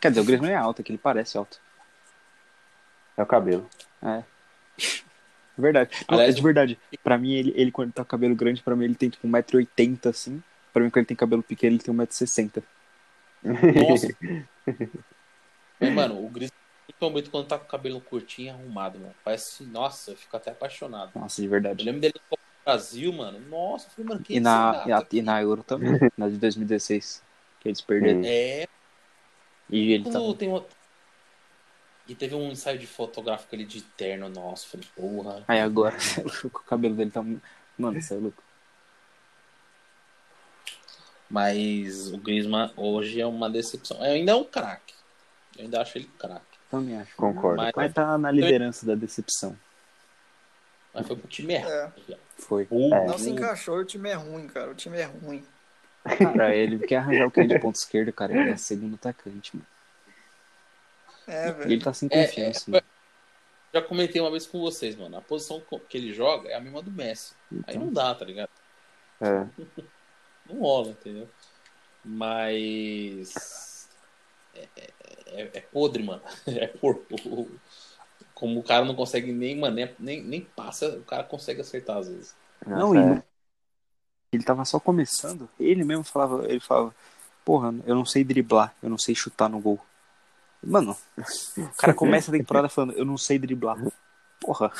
D: Quer dizer, o Griezmann é alto, é que ele parece alto.
C: É o cabelo.
D: É Verdade. Não,
B: Aliás,
D: é de verdade. Pra mim, ele, ele quando tá com cabelo grande, pra mim ele tem tipo 1,80m assim. Pra mim, quando ele tem cabelo pequeno, ele tem 1,60m.
B: Nossa. Mas, mano, o Gris muito bonito quando tá com o cabelo curtinho e arrumado, mano. Parece, nossa, eu fico até apaixonado.
D: Nossa, de
B: Eu
D: verdade.
B: lembro dele no Brasil, mano. Nossa, eu falei, mano, que
D: E
B: esse
D: na,
B: gato?
D: e, a, e na Euro também, na de 2016, que eles perderam.
C: Sim.
B: É,
D: E ele tá
B: quando
D: também.
B: tem uma... E teve um ensaio de fotográfico ali de terno, nossa, falei, porra.
D: Aí agora, cê é louco, o cabelo dele tá. mu- Mano, você é louco.
B: Mas o Griezmann hoje é uma decepção. Eu ainda é um craque. Eu ainda acho ele craque.
D: Também acho.
C: Concordo.
B: Mas-
D: Mas tá na liderança da decepção.
B: Mas foi pro time errado.
A: É.
D: Foi.
B: Burro.
A: Não
D: Uhum.
A: se encaixou. O time é ruim, cara. O time é ruim.
D: Cara, ele quer arranjar o que de ponto esquerdo, cara. Ele é segundo atacante, mano.
A: É,
D: E ele
A: velho.
D: tá sem
B: É,
D: confiança.
B: é,
D: mano.
B: Já comentei uma vez com vocês, mano. A posição co- que ele joga é a mesma do Messi. Aí
D: Então,
B: não dá, tá ligado?
C: É.
B: Não rola, entendeu? Mas. É, é- é- é podre, mano. É porco. Como o cara não consegue nem, mano, nem, nem, nem passa, o cara consegue acertar às vezes.
D: Não,
C: Nossa,
D: e
C: é.
D: no- ele tava só começando. Ele mesmo falava, ele falava, porra, eu não sei driblar, eu não sei chutar no gol. Mano, o cara começa a temporada falando, eu não sei driblar. Porra,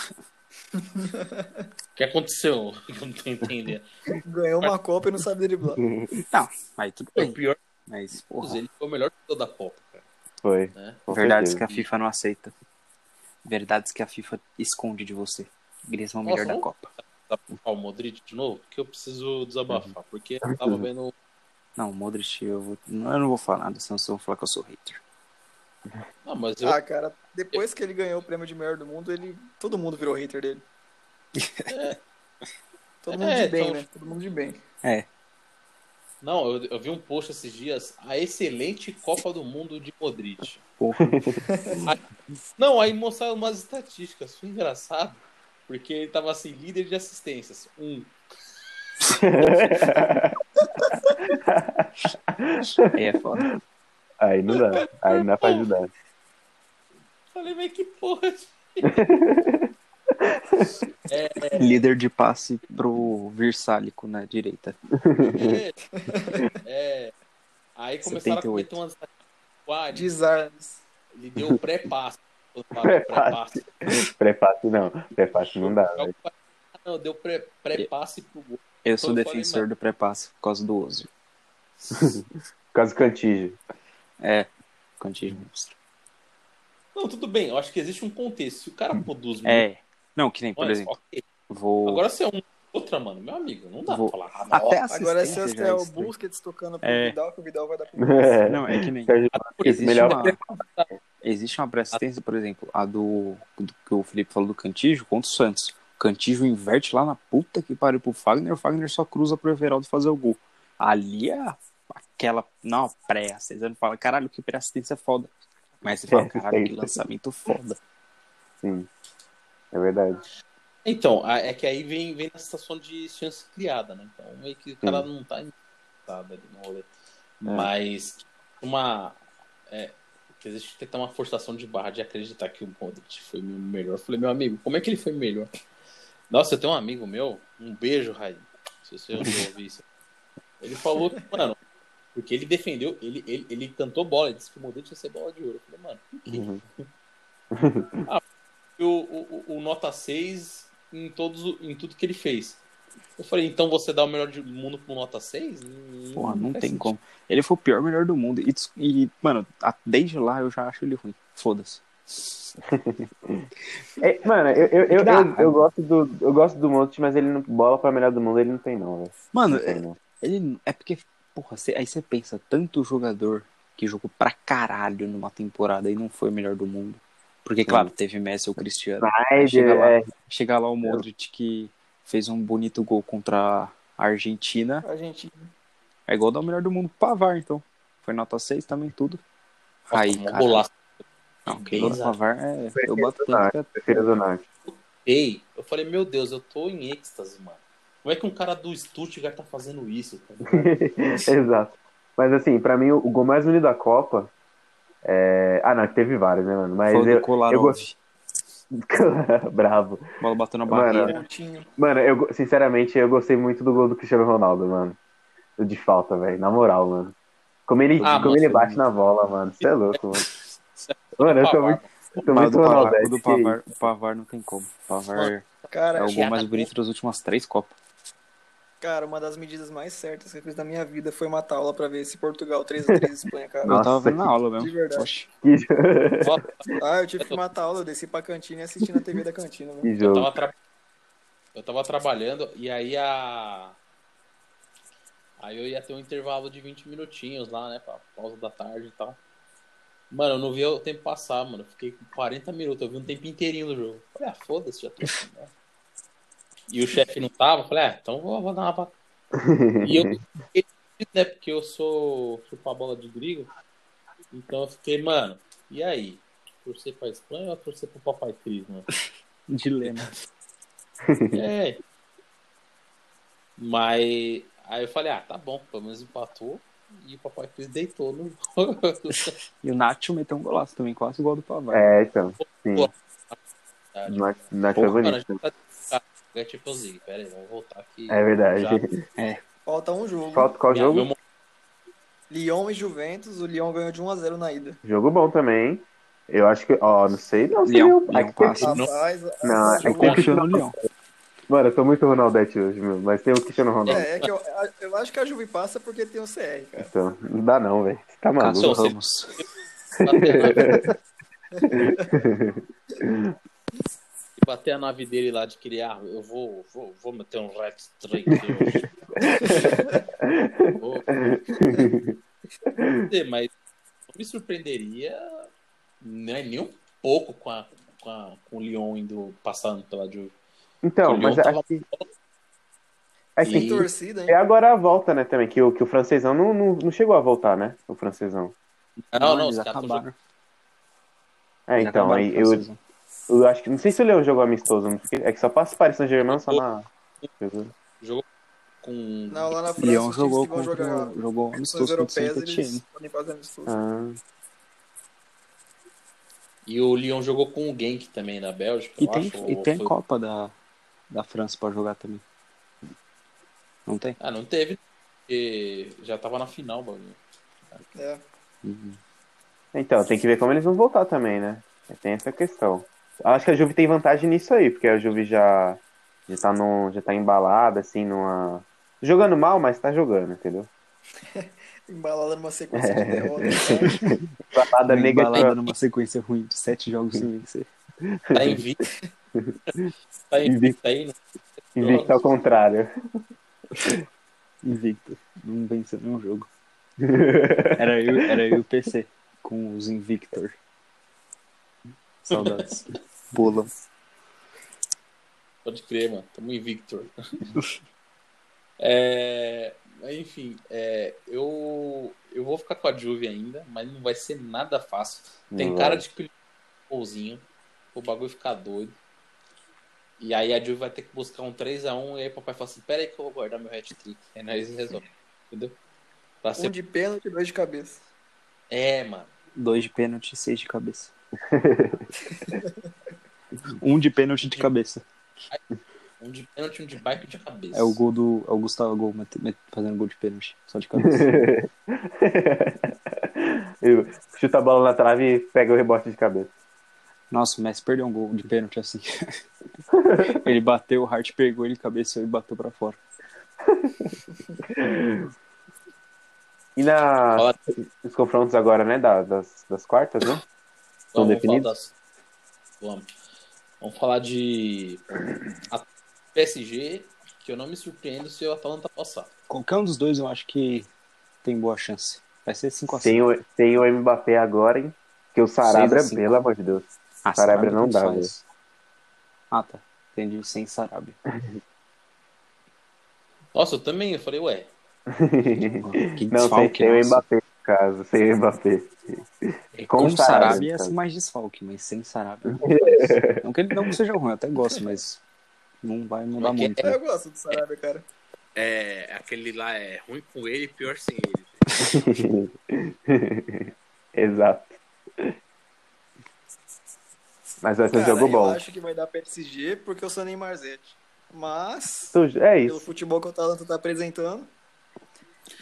B: O que aconteceu? Eu não tô entendendo.
D: tá-
A: Ganhou uma Copa e não sabe driblar.
D: aí tudo
B: Foi o
D: bem.
B: pior, é
D: Mas, porra.
B: ele foi o melhor jogador da Copa, cara.
C: Foi.
B: Né?
C: com
D: Verdades
C: certeza.
D: que a FIFA não aceita. Verdades que a FIFA esconde de você. Griezmann é o
B: Nossa,
D: melhor da
B: não-
D: Copa.
B: da- ao Modric de novo, que eu preciso desabafar, porque eu tava vendo.
D: Não, Modric, eu, vou- não- eu não vou falar nada, senão vocês vão falar que eu sou hater.
B: Não, mas eu,
A: Ah, cara. Depois que ele ganhou o prêmio de melhor do mundo, ele... todo mundo virou hater dele. Todo mundo
B: É,
A: de bem,
B: então-
A: né? Todo mundo de bem.
B: Não, eu, eu vi um post esses dias, a excelente Copa do Mundo de Modric.
D: Porra.
B: Aí- não, aí mostraram umas estatísticas, foi engraçado, porque ele tava assim, líder de assistências, um.
D: É foda.
C: Aí não dá. Aí não dá pra ajudar.
B: Falei, mas que porra.
D: Líder de passe pro Versálico na direita.
B: É. Aí começaram
D: 78.
B: a comentar umas estatísticas.
A: Desarmes.
B: Ele deu o pré-passo.
C: Pré-passe. Pré-passe não. Pré-passe não dá. velho.
B: Não, deu pré- pré-passe pro gol.
D: Eu sou
B: Foi
D: defensor do pré-passe por causa do Ozil.
C: Por causa do cantígio.
D: É, continua. monstro.
B: Não, tudo bem, eu acho que existe um contexto. Se o cara produz
D: É. Não, que nem, por
B: milhões,
D: exemplo,
B: ok.
D: vou.
B: Agora se é um outra, mano, meu amigo, não dá
D: Vou-
B: pra falar. Ah,
D: Até assistência
A: Agora se
D: já
A: esse é o
D: estranho.
A: Busquets tocando pro
D: É.
A: Vidal, que o Vidal vai dar pro
C: É.
D: Não, é que nem.
C: Sérgio
B: porque
D: Existe
C: melhor-
D: uma, existe uma pré-assistência, por exemplo, a do, do que o Felipe falou do Cantijo contra o Santos. O Cantijo inverte lá na puta que pariu pro Fagner, o Fagner só cruza pro Everaldo fazer o gol. Ali é aquela. Não, pré-assistência. Você não fala, caralho, que pré-assistência foda. Mas você fala, caralho, que lançamento foda.
C: Sim. É verdade.
B: Então, a- é que aí vem, vem na situação de chance criada, né? Então, meio que o cara não tá interessado ali no rolê.
D: É.
B: Mas uma. É, que existe tentar uma forçação de barra de acreditar que o Modric foi o melhor. Eu falei, meu amigo, como é que ele foi melhor? Nossa, eu tenho um amigo meu, um beijo, Raí. Se você ouvir isso. Ele falou que, mano, porque ele defendeu, ele, ele, ele cantou bola, ele disse que o Modric ia ser bola de ouro. Eu falei, mano, por quê?
D: Uhum.
B: Ah, e o, o, o- o nota 6 em, todos, o- em tudo que ele fez. Eu falei, então você dá o melhor do mundo pro nota 6? Hum,
D: Porra, não
B: faz
D: tem
B: sentido.
D: como. Ele foi o pior melhor do mundo. E, des- e, mano, a- desde lá eu já acho ele ruim. Foda-se.
C: É, mano, eu, eu, eu,
D: Dá.
C: eu, eu gosto do, eu gosto do Monte, mas ele não, bola pra melhor do mundo ele não tem, não, velho.
D: Mano,
C: Não tem, não.
D: Ele é porque, porra, cê- aí você pensa, tanto jogador que jogou pra caralho numa temporada e não foi o melhor do mundo. Porque, claro, teve Messi ou Cristiano.
C: Mas,
D: chega lá.
C: é,
D: Chega lá o Modric que fez um bonito gol contra a Argentina.
A: A gente
D: É igual dar o melhor do mundo pro Pavar, então. Foi nota 6 também, tudo. Aí,
B: um
D: cara.
B: golaço.
D: Não,
B: Bem
D: quem gola do
B: exato.
D: Pavar é. Eu bato
C: exato.
D: tanto que é-
C: prefiro o Donati.
B: Ei, eu falei, meu Deus, eu tô em êxtase, mano. Como é que um cara do Stuttgart tá fazendo isso? tá ligado?
C: Exato. Mas assim, pra mim, o gol mais bonito da Copa. É... Ah, não, que teve vários, né, mano? Mas
D: Foi o do
C: eu.
D: Kolarov.
C: gosto- Bravo.
D: Bola bateu na
C: Mano,
A: um
D: barreira.
A: Coutinho.
C: Mano, eu, go- sinceramente, eu gostei muito do gol do Cristiano Ronaldo, mano. O de falta, velho. Na moral, mano. Como ele,
B: Ah,
C: como
B: mano,
C: ele
D: foi
C: bate na bola, mano. Você é louco, mano. Mano, eu tô muito, eu tô
D: Mas
C: muito
D: do Pavar,
C: Ronaldo.
D: o do
C: que isso.
D: Pavar, o Pavar não tem como. O Pavar é
A: Cara,
D: o gol mais
B: Thiago.
D: bonito das últimas três Copas.
A: cara, uma das medidas mais certas que eu fiz na minha vida foi matar aula pra ver se Portugal 3x3 Espanha, cara.
D: eu tava
C: Nossa,
D: vendo na aula mesmo.
A: De verdade.
D: Oxe.
C: Que,
B: Ó,
A: Ah, eu tive que matar aula, eu desci pra cantina e assisti na TV da cantina, mano.
C: que
B: eu,
C: jogo.
B: tava tra- eu tava trabalhando e aí a. Aí eu ia ter um intervalo de 20 minutinhos lá, né? Pra pausa da tarde e tal. Mano, eu não via o tempo passar, mano. Eu Fiquei com 40 minutos, eu vi um tempo inteirinho do jogo. Falei, ah, foda-se, já tô. aqui, né? E o chefe não tava, eu falei, ah, então vou, vou dar uma bat- E eu fiquei, feliz, né, porque eu sou chupa bola de gringo. Então eu fiquei, mano, e aí? Torcer pra Espanha ou torcer pro Papai Cris, mano?
D: Dilema.
B: É. Mas aí eu falei, ah, tá bom, pelo menos empatou. E o Papai Cris deitou no jogo.
D: E o Nacho meteu um golaço também, quase igual ao do Pavar.
C: É, então. Sim. Não é foi
B: Mano, a
C: bonito.
B: gente tá descartado. É Champions League, pera aí, vamos voltar aqui.
C: É verdade.
B: Já.
A: Falta um jogo.
C: Falta qual
B: Minha-
C: jogo?
B: meu mo-
A: Lyon e Juventus, o Lyon ganhou de 1x0 na ida.
C: Jogo bom também, hein? Eu acho que. Ó, não sei não. se
D: Leão,
C: eu-
D: Leão
C: aqui-
D: passa.
B: Não.
A: Rapaz, a-
C: Não,
A: a-
C: é que
D: Eu confio no Leão.
C: Mano, eu tô muito Ronaldete hoje, meu. Mas tem o Cristiano Ronaldo.
A: é, é que eu, a- eu acho que a Juve passa porque tem o CR, cara.
C: Então, não dá não, velho. Você tá maluco.
D: Cássio
B: Não, você-
D: Ramos.
B: bater a nave- Se bater a nave dele lá de criar, eu vou, vou, vou meter um red strike hoje. vou. Não sei, mas não me surpreenderia né, nem um pouco com, a, com, a- com o Lyon indo passando pela Juve.
C: Então,
B: O
C: mas
B: Lyon tava-
C: acho que. É
B: E-
A: Sem
C: que
A: torcida, hein?
C: é agora a volta, né, também, que o, que o francesão não, não, não chegou a voltar, né? O francesão.
B: Não, não,
D: eles
B: os caras tão
D: acabaram.
B: jogando.
C: É,
D: Eles
C: então,
D: acabaram
C: aí
D: com
C: eu,
D: vocês, né?
C: eu acho que. Não sei se eu leio um jogo amistoso, não sei, é que só passa o Paris Saint-Germain só na.
B: Com...
A: Não, lá na França,
D: Lyon
A: os times
D: jogou
A: que vão
D: contra
A: jogar
D: o- jogou
A: competições
D: amistoso contra o
A: europeias, eles
D: Saint-Etienne.
A: podem fazer um amistoso.
C: Ah,
B: E o Lyon jogou com o Genk também na Bélgica.
D: E
B: eu
D: tem,
B: acho,
D: e
B: ou
D: tem
B: foi-
D: Copa da, da França pra jogar também. Não tem?
B: Ah, não teve. Porque já tava na final, bagulho.
C: Ah.
A: É.
C: Então, tem que ver como eles vão voltar também, né? Tem essa questão. Acho que a Juve tem vantagem nisso aí, porque a Juve já, já, tá, num, já tá embalada, assim, numa. Jogando mal, mas tá jogando, entendeu?
A: Embalada numa sequência de
C: É.
A: derrotas. né?
C: Embalada
D: Uma
C: negativa.
D: embalada numa sequência ruim de sete jogos sem vencer.
B: Tá invicto. tá invicto aí, né?
C: Invicta ao contrário.
D: Invicto. Não venceu nenhum jogo. Era eu, era eu e o PC com os Invictor. Saudades. Bolão.
B: Pode crer, mano. Tamo invicto. É, Enfim, é, eu... eu vou ficar com a Juve ainda, mas não vai ser nada fácil. Tem
C: Não
B: cara
C: vai.
B: de que o golzinho, o bagulho ficar doido. E aí a Juve vai ter que buscar um 3x1 e aí o papai fala assim, pera aí que eu vou guardar meu hat-trick. Aí nós resolvemos, entendeu? Pra
A: Um
B: ser...
A: de pênalti e dois de cabeça.
B: É, mano.
D: Dois de pênalti e seis de cabeça. um de pênalti de cabeça.
B: Um de pênalti, um de bike de cabeça.
D: É o gol do. É o Gustavo Gol mete- mete- fazendo gol de pênalti. Só de cabeça.
C: Eu- Chuta a bola na trave e pega o rebote de cabeça.
D: Nossa, o Messi perdeu um gol de pênalti assim. ele bateu, o Hart pegou ele, cabeceou e bateu pra fora.
C: E na...
B: Ó,
C: os confrontos agora, né? da- Das, das quartas, né? Estão
B: Vamos falar
C: definidos?
B: das... Vamos. Vamos falar de a PSG, que eu não me surpreendo se o Atalanta passar.
D: Qualquer um dos dois eu acho que tem boa chance. Vai ser 5x5.
C: Tem o, tem o Mbappé agora, hein? Que o Sarabra,
D: Seis a cinco.
C: pelo amor de Deus.
D: Ah,
C: Sarabia não
D: tanto
C: dá,
D: faz. Ah, tá. Entendi, sem Sarabia.
B: Nossa, eu também, eu falei, ué,
D: Que
C: Não, sem,
D: desfalque, né?
C: sem o
D: nossa.
C: Mbappé,
D: É
C: no caso, sem o Mbappé.
D: Com,
C: Com
D: o Sarabia,
C: Sarabia,
D: ia
C: então.
D: ser mais desfalque, mas sem Sarabia. não que ele não seja ruim, eu até gosto, mas não vai mudar
B: Porque
D: muito. Né?
A: Eu gosto do Sarabia, cara.
B: é, aquele lá é ruim com ele e pior sem ele.
C: Exato. Mas vai ser um
A: Cara,
C: jogo
A: eu
C: bom.
A: acho que vai dar PSG porque eu sou Neymar Zete. Mas,
C: Tu- É
A: pelo
C: isso.
A: futebol que o Atalanta tá apresentando,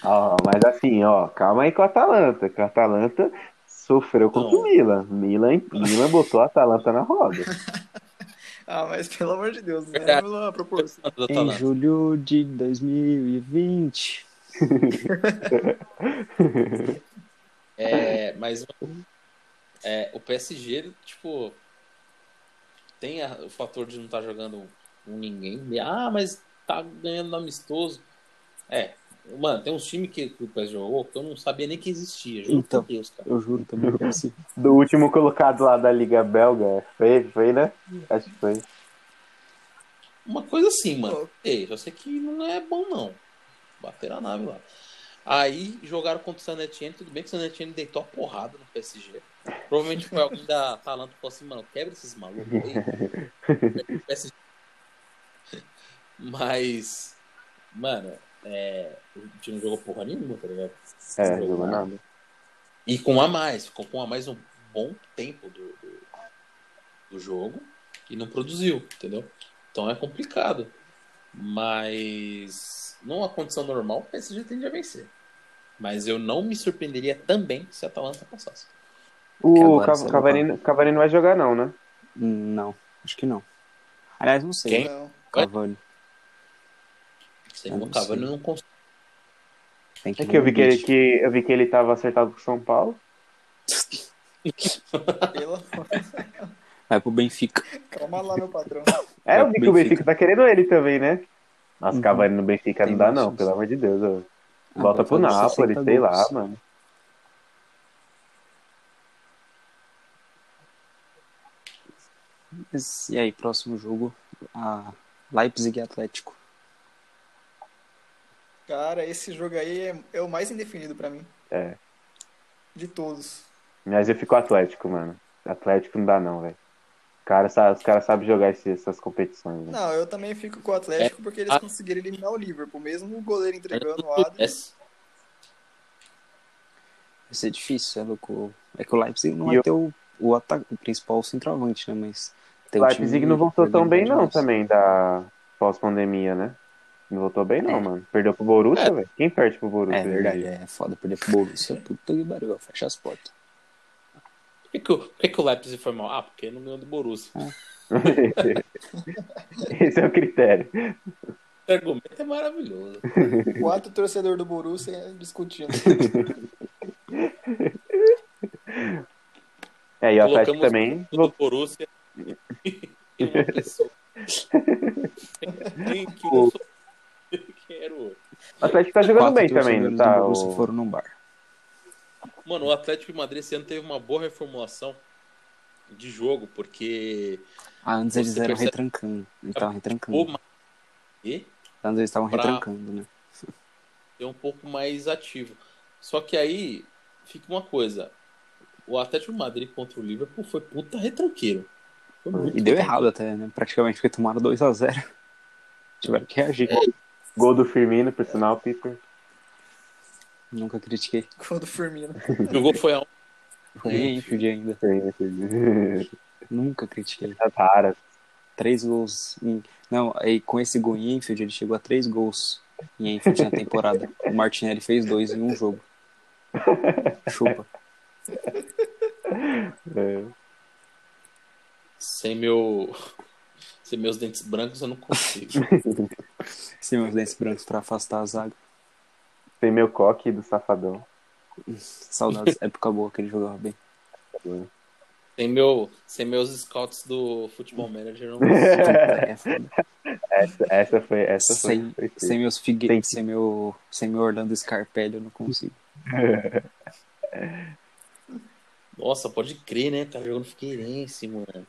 C: Ó, mas assim, ó, calma aí com a Atalanta. Que a Atalanta sofreu contra
B: Não.
C: o Milan. Milan, Milan botou a Atalanta na roda.
A: ah, mas pelo amor de Deus, né?
B: Verdade.
A: Pela proporção.
D: Em julho de 2020.
B: É, mas é, o PSG, tipo, tem a- o fator de não estar jogando com ninguém. Ah, mas tá ganhando no amistoso. É, mano, tem uns times que, que o PSG jogou que eu não sabia nem que existia. Juro
D: Então.
B: por Deus, cara.
D: Eu juro também que é assim.
C: Do último colocado lá da Liga Belga. Foi, foi, né? Acho que foi.
B: Uma coisa assim, mano.
A: Pô.
B: Ei, eu sei que não é bom, não. Bateram a nave lá. Aí jogaram contra o Sanetiene. Tudo bem que o Sanetiene deitou a porrada no PSG. Provavelmente foi alguém da Atalanta que falou assim, mano, quebra esses malucos aí. O PSG. Mas, mano, é, o time não jogou porra nenhuma, tá ligado?
C: É,
B: Não jogou
C: jogou nada.
B: e com um a mais, ficou com um a mais um bom tempo do, do, do jogo e não produziu, entendeu? Então é complicado. Mas numa condição normal, o PSG tende a vencer. Mas eu não me surpreenderia também se a Atalanta passasse.
D: Que
C: O
D: agora
C: Cav-
D: saiu
C: Cavani, Cavani não vai jogar, não, né?
D: Hum, Não, acho que não. Aliás, não sei.
B: Quem?
A: Não.
D: Cavani.
B: Sem
D: Eu
B: o
D: não
B: Cavani
D: sei.
B: é não consegue.
D: Tem
C: É que eu vi
D: ver
C: que
D: o
C: ele,
D: vídeo.
C: que, eu vi que ele tava acertado com o São Paulo.
A: Pela...
D: Vai pro Benfica.
A: Calma lá, meu patrão.
C: É, eu
D: É,
C: vi que o
D: Benfica.
C: Benfica tá querendo ele também, né? Nossa,
D: Uhum.
C: Cavani no Benfica
D: Tem
C: não dá,
D: mais
C: não,
D: chance.
C: pelo amor de Deus. Ó.
D: Ah,
C: Volta
D: vai
C: pro
D: fazer
C: Nápoles,
D: 60
C: sei lá,
D: gols.
C: mano.
D: Mas, e aí, próximo jogo? A Leipzig e Atlético.
A: Cara, esse jogo aí é, é o mais indefinido pra mim.
C: É.
A: De todos.
C: Mas eu fico Atlético, mano. Atlético não dá, não, velho. Cara, sa- os caras sabem jogar esse- essas competições. Né?
A: Não, eu também fico com o Atlético porque eles
B: Ah.
A: conseguiram eliminar o Liverpool, mesmo o goleiro entregando o Adams.
B: Acontece.
D: Vai ser difícil, é louco. É que o Leipzig não
C: E
D: vai
C: eu-
D: ter o, o, ata- o principal centroavante, né? Mas. tem
C: O
D: um time
C: Leipzig não voltou tão bem, não,
D: organizado.
C: também, da pós-pandemia, né? Não voltou bem, não,
D: É.
C: mano. Perdeu pro Borussia,
B: É.
C: velho. Quem perde pro Borussia?
D: É verdade, é foda perder pro Borussia. Puta que pariu, fecha as portas.
C: Tá
B: Por que, que, o- por que, que o Leipzig foi mal? Ah, porque não ganhou do Borussia.
C: Esse é o critério.
B: Esse argumento é maravilhoso.
A: Quatro torcedor do Borussia discutindo.
C: É, e o Atlético
B: Colocamos
C: também.
B: o Borussia e uma pessoa. Quem que eu sou? Quem era o outro?
C: O Atlético tá jogando
D: Quatro
C: bem também, não
D: torcedores
C: tá?
D: do Borussia
C: o-
D: foram num bar.
B: Mano, o Atlético de Madrid esse ano teve uma boa reformulação de jogo, porque
D: Ah, antes eles
B: Você
D: eram
B: percebe-
D: retrancando. Eles estavam
B: o
D: retrancando.
B: Madrid
D: Antes eles estavam
B: é Pra-
D: retrancando, né?
B: é um pouco mais ativo. Só que aí fica uma coisa. O Atlético de Madrid contra o Liverpool foi puta retranqueiro. Foi muito
D: E deu
B: retranqueiro.
D: errado até, né? Praticamente, porque tomaram 2x0. Tiveram que reagir.
C: Gol do Firmino, por sinal, Piper.
D: Nunca critiquei.
A: Gol do Firmino.
B: E o gol foi a um.
D: Foi em Anfield ainda. Nunca critiquei.
C: As raras.
D: Três gols. Em... Não, aí com esse gol em Enfield, ele chegou a três gols em Enfield na temporada. O Martinelli fez dois em um jogo. Chupa.
C: É.
B: sem meu sem meus dentes brancos eu não consigo.
D: Sem meus dentes brancos pra afastar a zaga.
C: Tem meu coque do Safadão.
D: Saudades. Época boa que ele jogava bem.
B: sem meu sem meus scouts do futebol manager eu não consigo.
D: É foda.
C: Essa, essa foi. Essa foi.
D: Sem,
C: foi
D: sem meus figue...
C: Tem que-
D: sem, meu... sem meu Orlando Scarpelli, eu não consigo.
B: Nossa, pode crer, né? Tá jogando Figueirense, mano.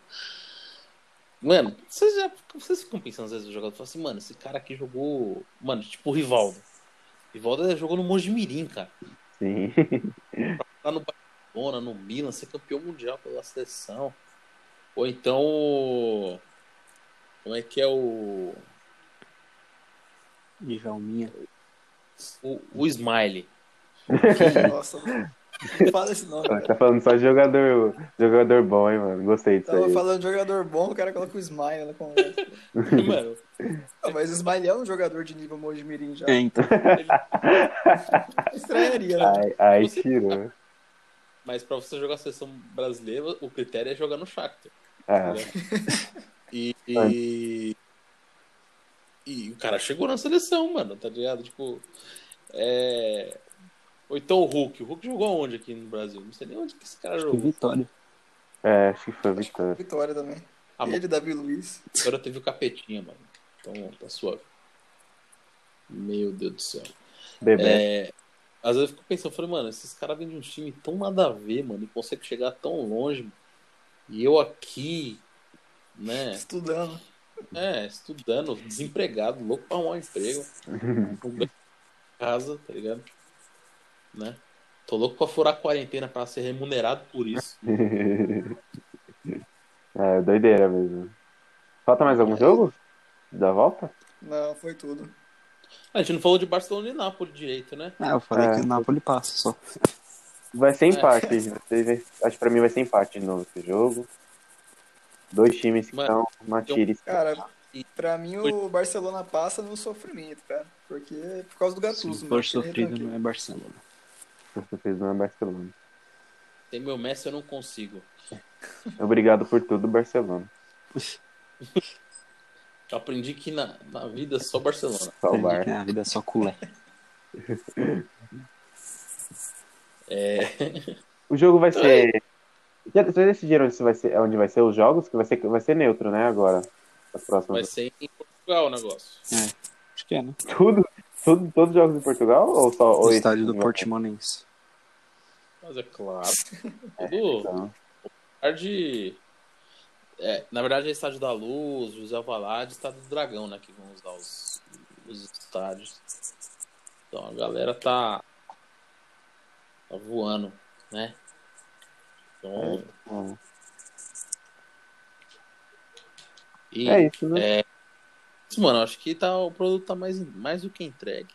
B: Mano, vocês, já, vocês ficam pensando às vezes no jogador. Falam assim, mano, esse cara aqui jogou. Mano, tipo o Rivaldo. Rivaldo é, jogou no Mojimirim, cara.
C: Sim.
B: Tá no Barcelona, no Milan, ser campeão mundial pela seleção. Ou então. o- Como é que é o.
D: Djalminha.
B: O, o Smiley.
A: Nossa, não fala esse nome. cara.
C: Tá falando só de jogador, jogador bom, hein, mano. Gostei disso
A: Tava
C: aí.
A: falando de jogador bom, o cara coloca o Smile na conversa.
B: mano,
A: Não, mas o Smile é um jogador de nível Mojimirim já.
D: É, então.
A: Estranharia, né?
C: Aí, aí tirou.
B: mas pra você jogar a seleção brasileira, o critério é jogar no Shakhtar.
D: tá
C: Ah,
B: E, e, e o cara chegou na seleção, mano, tá ligado? Tipo, é... Ou então o Hulk. O Hulk jogou onde aqui no Brasil? Não sei nem onde que esse cara
D: Que
B: jogou.
D: vitória.
C: é, acho que foi o Vitória.
A: Vitória também.
B: Ah,
A: Ele, Davi Luiz.
B: Agora teve o capetinha, mano. Então tá suave. Meu Deus do céu. É.
C: Bebê.
B: Às vezes eu fico pensando, eu falei, mano, esses caras vêm de um time tão nada a ver, mano, e consegue chegar tão longe, mano. E eu aqui, né,
A: Estudando.
B: é, estudando, desempregado, louco pra arrumar um emprego. casa, tá ligado? Né? Tô louco pra furar a quarentena pra ser remunerado por isso.
C: é, doideira mesmo. Falta mais algum jogo? Da volta?
A: Não, foi tudo.
B: A gente não falou de Barcelona e Nápoles direito, né?
D: Ah, eu falei
C: É.
D: que o Napoli passa só.
C: Vai ser empate. vai ser- Acho que pra mim vai ser empate de novo esse jogo. Dois times que
B: Mano,
C: estão uma tira e
A: Cara, pra mim o Barcelona passa no sofrimento, cara. Porque é por causa do
D: Se
A: Gattuso. então,
D: não
A: mano.
D: for sofrido, não é Barcelona.
C: Você fez uma é Barcelona.
B: Tem meu Messi, eu não consigo.
C: Obrigado por tudo, Barcelona.
B: Eu aprendi que na, na vida é só Barcelona.
C: Só o
D: Aprendi
C: bar.
D: que A vida é só culé.
C: O jogo vai ser. Já, já decidiram se vai ser, onde vai ser os jogos? Que vai ser, vai ser neutro, né? Agora. As próximas.
B: Vai ser em Portugal o negócio.
D: Acho que é, né?
C: Tudo, tudo, todos os jogos em Portugal? Ou só
D: O
C: ou esse
D: estádio do
C: jogo?
D: Portimonense.
B: Mas é claro. Tudo
C: Então,
B: tarde. É, na verdade é estádio da Luz, José Valade, estádio do Dragão, né? Que vão usar os, os estádios. Então a galera tá, tá voando, né? Então, e,
C: É isso, né?
B: isso, mano, acho que tá, o produto tá mais, mais do que entregue.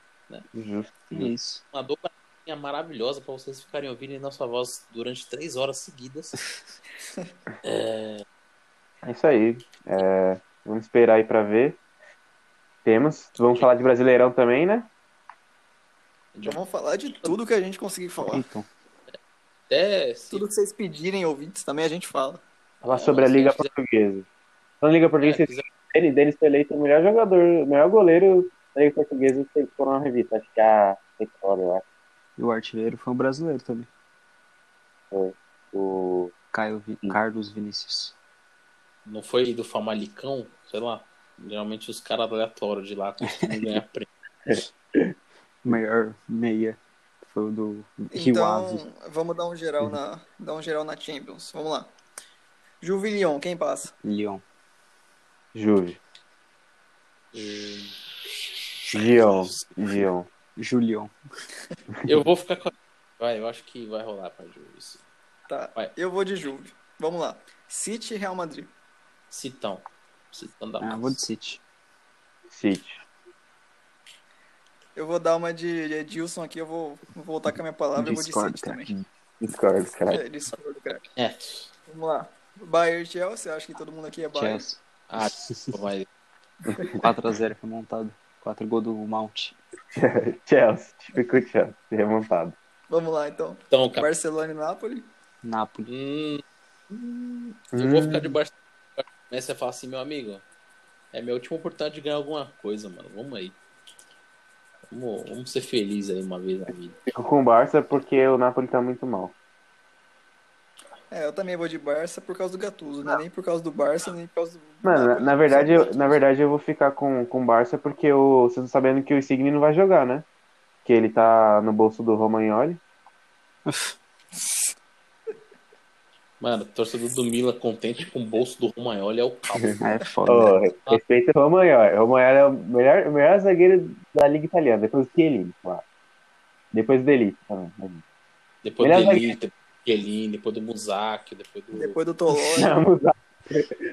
C: Justo.
D: Isso.
B: Uma dobra maravilhosa pra vocês ficarem ouvindo nossa voz durante três horas seguidas.
C: É isso aí. É, vamos esperar aí pra ver. Temos. Vamos falar de Brasileirão também, né?
A: Vamos falar de tudo que a gente conseguir falar.
D: Então,
B: Até se
A: Tudo que vocês pedirem, ouvintes, também a gente fala.
C: Falar
B: É,
C: sobre a
B: se
C: Liga
B: quiser-
C: Portuguesa. Falando em Liga Portuguesa,
B: É,
C: vocês Denis, Denis foi eleito o melhor jogador, o melhor goleiro da Liga Portuguesa que por uma revista. Acho que é a Vitória, eu acho.
D: e o artilheiro foi um brasileiro também.
C: O...
D: Caio Vi-
C: Sim.
D: Carlos Vinícius.
B: não foi do Famalicão, sei lá. Geralmente os caras aleatórios de lá costumam ganhar prêmio.
D: Maior meia. Foi o do Rio Ave.
A: Então, vamos dar um geral na, dar um geral na Champions. Vamos lá. Juve e Lyon, quem passa?
D: Lyon.
C: Juve. Gion. Gion.
D: Julião.
B: Eu vou ficar com a... Vai, eu acho que vai rolar pra Juve. isso.
A: Tá.
B: Vai.
A: Eu vou de Juve. Vamos lá. City e Real Madrid.
B: Citão. Citão da
C: Tá
D: Ah,
B: massa.
D: vou de City.
C: City.
A: Eu vou dar uma de de Edilson aqui, eu vou vou voltar com a minha palavra, eu vou
D: Discordo,
A: de City
D: cara.
A: também.
C: Discordo, cara.
A: É, discordo, cara.
B: É.
A: Vamos lá. Bayern e Chelsea, acho que todo mundo aqui é Bayern.
D: Chelsea.
B: Ah, vai.
D: 4x0 remontado. 4 gols do Mount.
C: Chelsea. Típico Chelsea. Remontado.
A: Vamos lá, então.
B: Então, cara.
A: Barcelona e Nápoles.
D: Napoli.
B: Hum, eu vou ficar de Barcelona. Começa a falar assim, meu amigo. É minha última oportunidade de ganhar alguma coisa, mano. Vamos aí. Vamos, vamos ser felizes aí uma vez na vida.
C: Fico com o Barça porque o Napoli tá muito mal.
A: É, eu também vou de Barça por causa do Gattuso, né? Nem por causa do Barça, nem por causa do
C: Mano, na,
A: Nápoles.
C: na verdade, eu, na verdade eu vou ficar com, com o Barça porque eu, vocês estão sabendo que o Signi não vai jogar, né? Que ele tá no bolso do Romagnoli.
B: Mano, torcedor do Mila contente com o bolso do Romagnoli é o pau.
D: É foda.
C: Ô, respeita o Romagnoli. O Romagnoli é o melhor, o melhor zagueiro da Liga Italiana, depois do Chiellini, claro. Depois do Elite também.
B: Depois
C: Ele é
B: do Elite, depois do Chiellini, depois do Musaki, depois do.
A: Depois do Tolói,
C: Não, o Zac-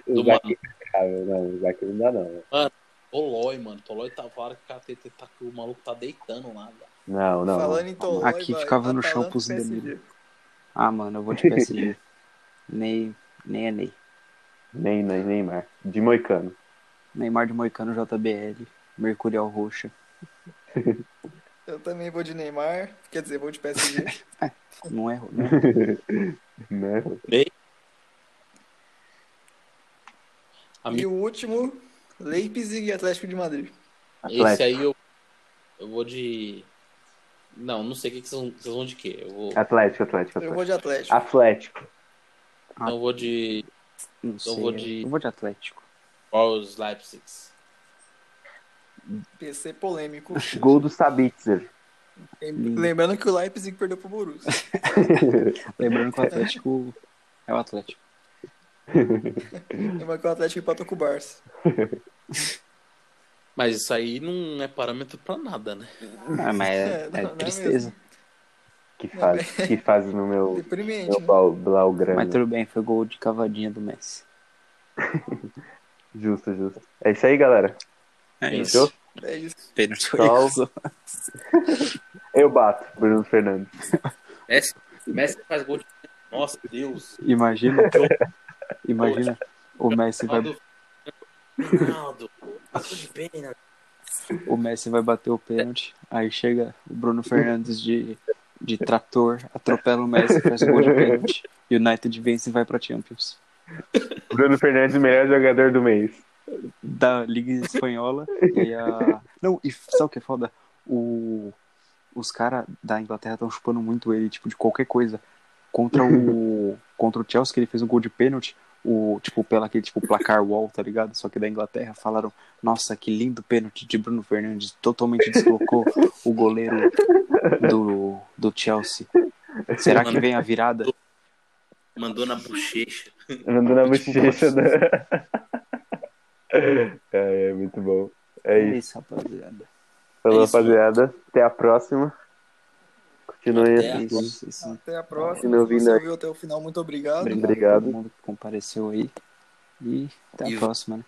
B: do
C: o Zac- ah, não, o Zac não dá não. velho.
B: Mano, Tolói, mano. Tolói tá vara que o cateta tá que o maluco tá deitando lá. velho.
C: Não, não.
A: falando em Tolói,
D: Aqui
A: vai,
D: ficava no chão
A: Atalanta e
D: pros
A: PSG.
D: Ah, mano, eu vou de PSG. Ney, Ney é Ney.
C: Nem, nem, Neymar. De Moicano.
D: Neymar de Moicano, JBL. Mercurial é Roxa.
A: Eu também vou de Neymar, quer dizer, vou de PSG.
D: Não erro, né?
C: Né?
A: e o último, Leipzig e Atlético de Madrid.
B: Esse
C: Atlético.
B: aí eu, eu vou de. Não, não sei o que, que vocês vão- vocês vão de quê. Eu vou,
C: Atlético, Atlético,
A: Eu
C: Atlético.
A: vou de Atlético.
C: Ah. Atlético.
B: não eu vou de.
D: Não sei.
B: vou de-
D: eu vou de Atlético.
B: Os Leipzig.
A: PC polêmico.
C: Gol do Sabitzer.
A: Lembrando que o Leipzig perdeu pro Borussia.
D: Lembrando que o Atlético é o Atlético.
A: Lembrando que o Atlético empatou com o Barça.
B: Mas isso aí não é parâmetro pra nada, né?
D: Ah, mas é,
A: É, não,
D: é
A: não é
D: tristeza.
C: Que faz, que faz no meu,
A: Deprimente,
C: meu
A: né?
C: blau- blaugrana.
D: mas tudo bem, foi gol de cavadinha do Messi.
C: Justo, justo. É isso aí, galera.
D: É
B: isso.
C: Fechou?
A: É isso.
D: Pênalti foi
C: Tchau.
D: isso.
C: Eu bato, Bruno Fernandes.
B: Messi, Messi faz gol de. Nossa, Deus.
D: Imagina. Imagina. O Messi, vai,
B: Ronaldo. Ronaldo. Passou de pena.
D: o Messi vai bater o pênalti. Aí chega o Bruno Fernandes de, de trator, atropela o Messi, faz gol de pênalti. United vence e vai pra Champions.
C: Bruno Fernandes, o melhor jogador do mês.
D: Da Liga Espanhola. E a... Não, e sabe o que é foda? O... Os caras da Inglaterra estão chupando muito ele, tipo, de qualquer coisa. Contra o. Contra o Chelsea, que ele fez um gol de pênalti. O, tipo, pela aquele tipo, placar wall, tá ligado? Só que da Inglaterra falaram, nossa, que lindo pênalti de Bruno Fernandes, totalmente deslocou o goleiro do, do Chelsea. Será que vem a virada?
B: Mandou na bochecha.
C: Andando na
D: Tipo,
C: bochecha da. É, é muito bom. É isso.
D: rapaziada.
C: Falou,
B: É isso,
C: rapaziada. Até a próxima. Continue
B: Até a
C: assistindo.
A: Até a próxima.
C: Não vi né?
A: Se você
C: nada.
A: ouviu até o final, muito obrigado.
D: Obrigado,
C: Obrigado.
D: a todo mundo que compareceu aí. E até a
B: E-
D: próxima, né?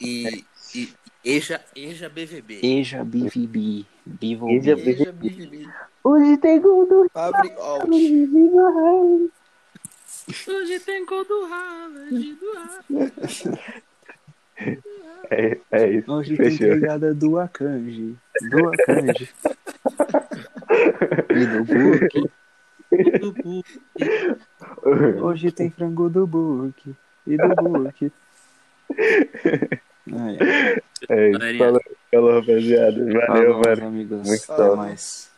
B: E, e Eja, Eja BVB.
D: Eja BVB. Bivo.
C: Eja
D: Eja...
A: Beijo, Bibi.
C: Hoje tem gol do
A: Pabre out.
B: Hoje tem gol do Haaland, do
C: É, é isso.
D: Hoje tem
C: Fechou.
D: pegada do Akanji. Do Akanji. e do Burke.
B: Haaland.
D: Hoje tem frango do Burke. E do Burke. Ai,
C: É isso. Falou, falou, rapaziada. Valeu,
D: Valeu,
C: mano.
D: amigos.
C: Muito
D: Até
A: top.
D: mais.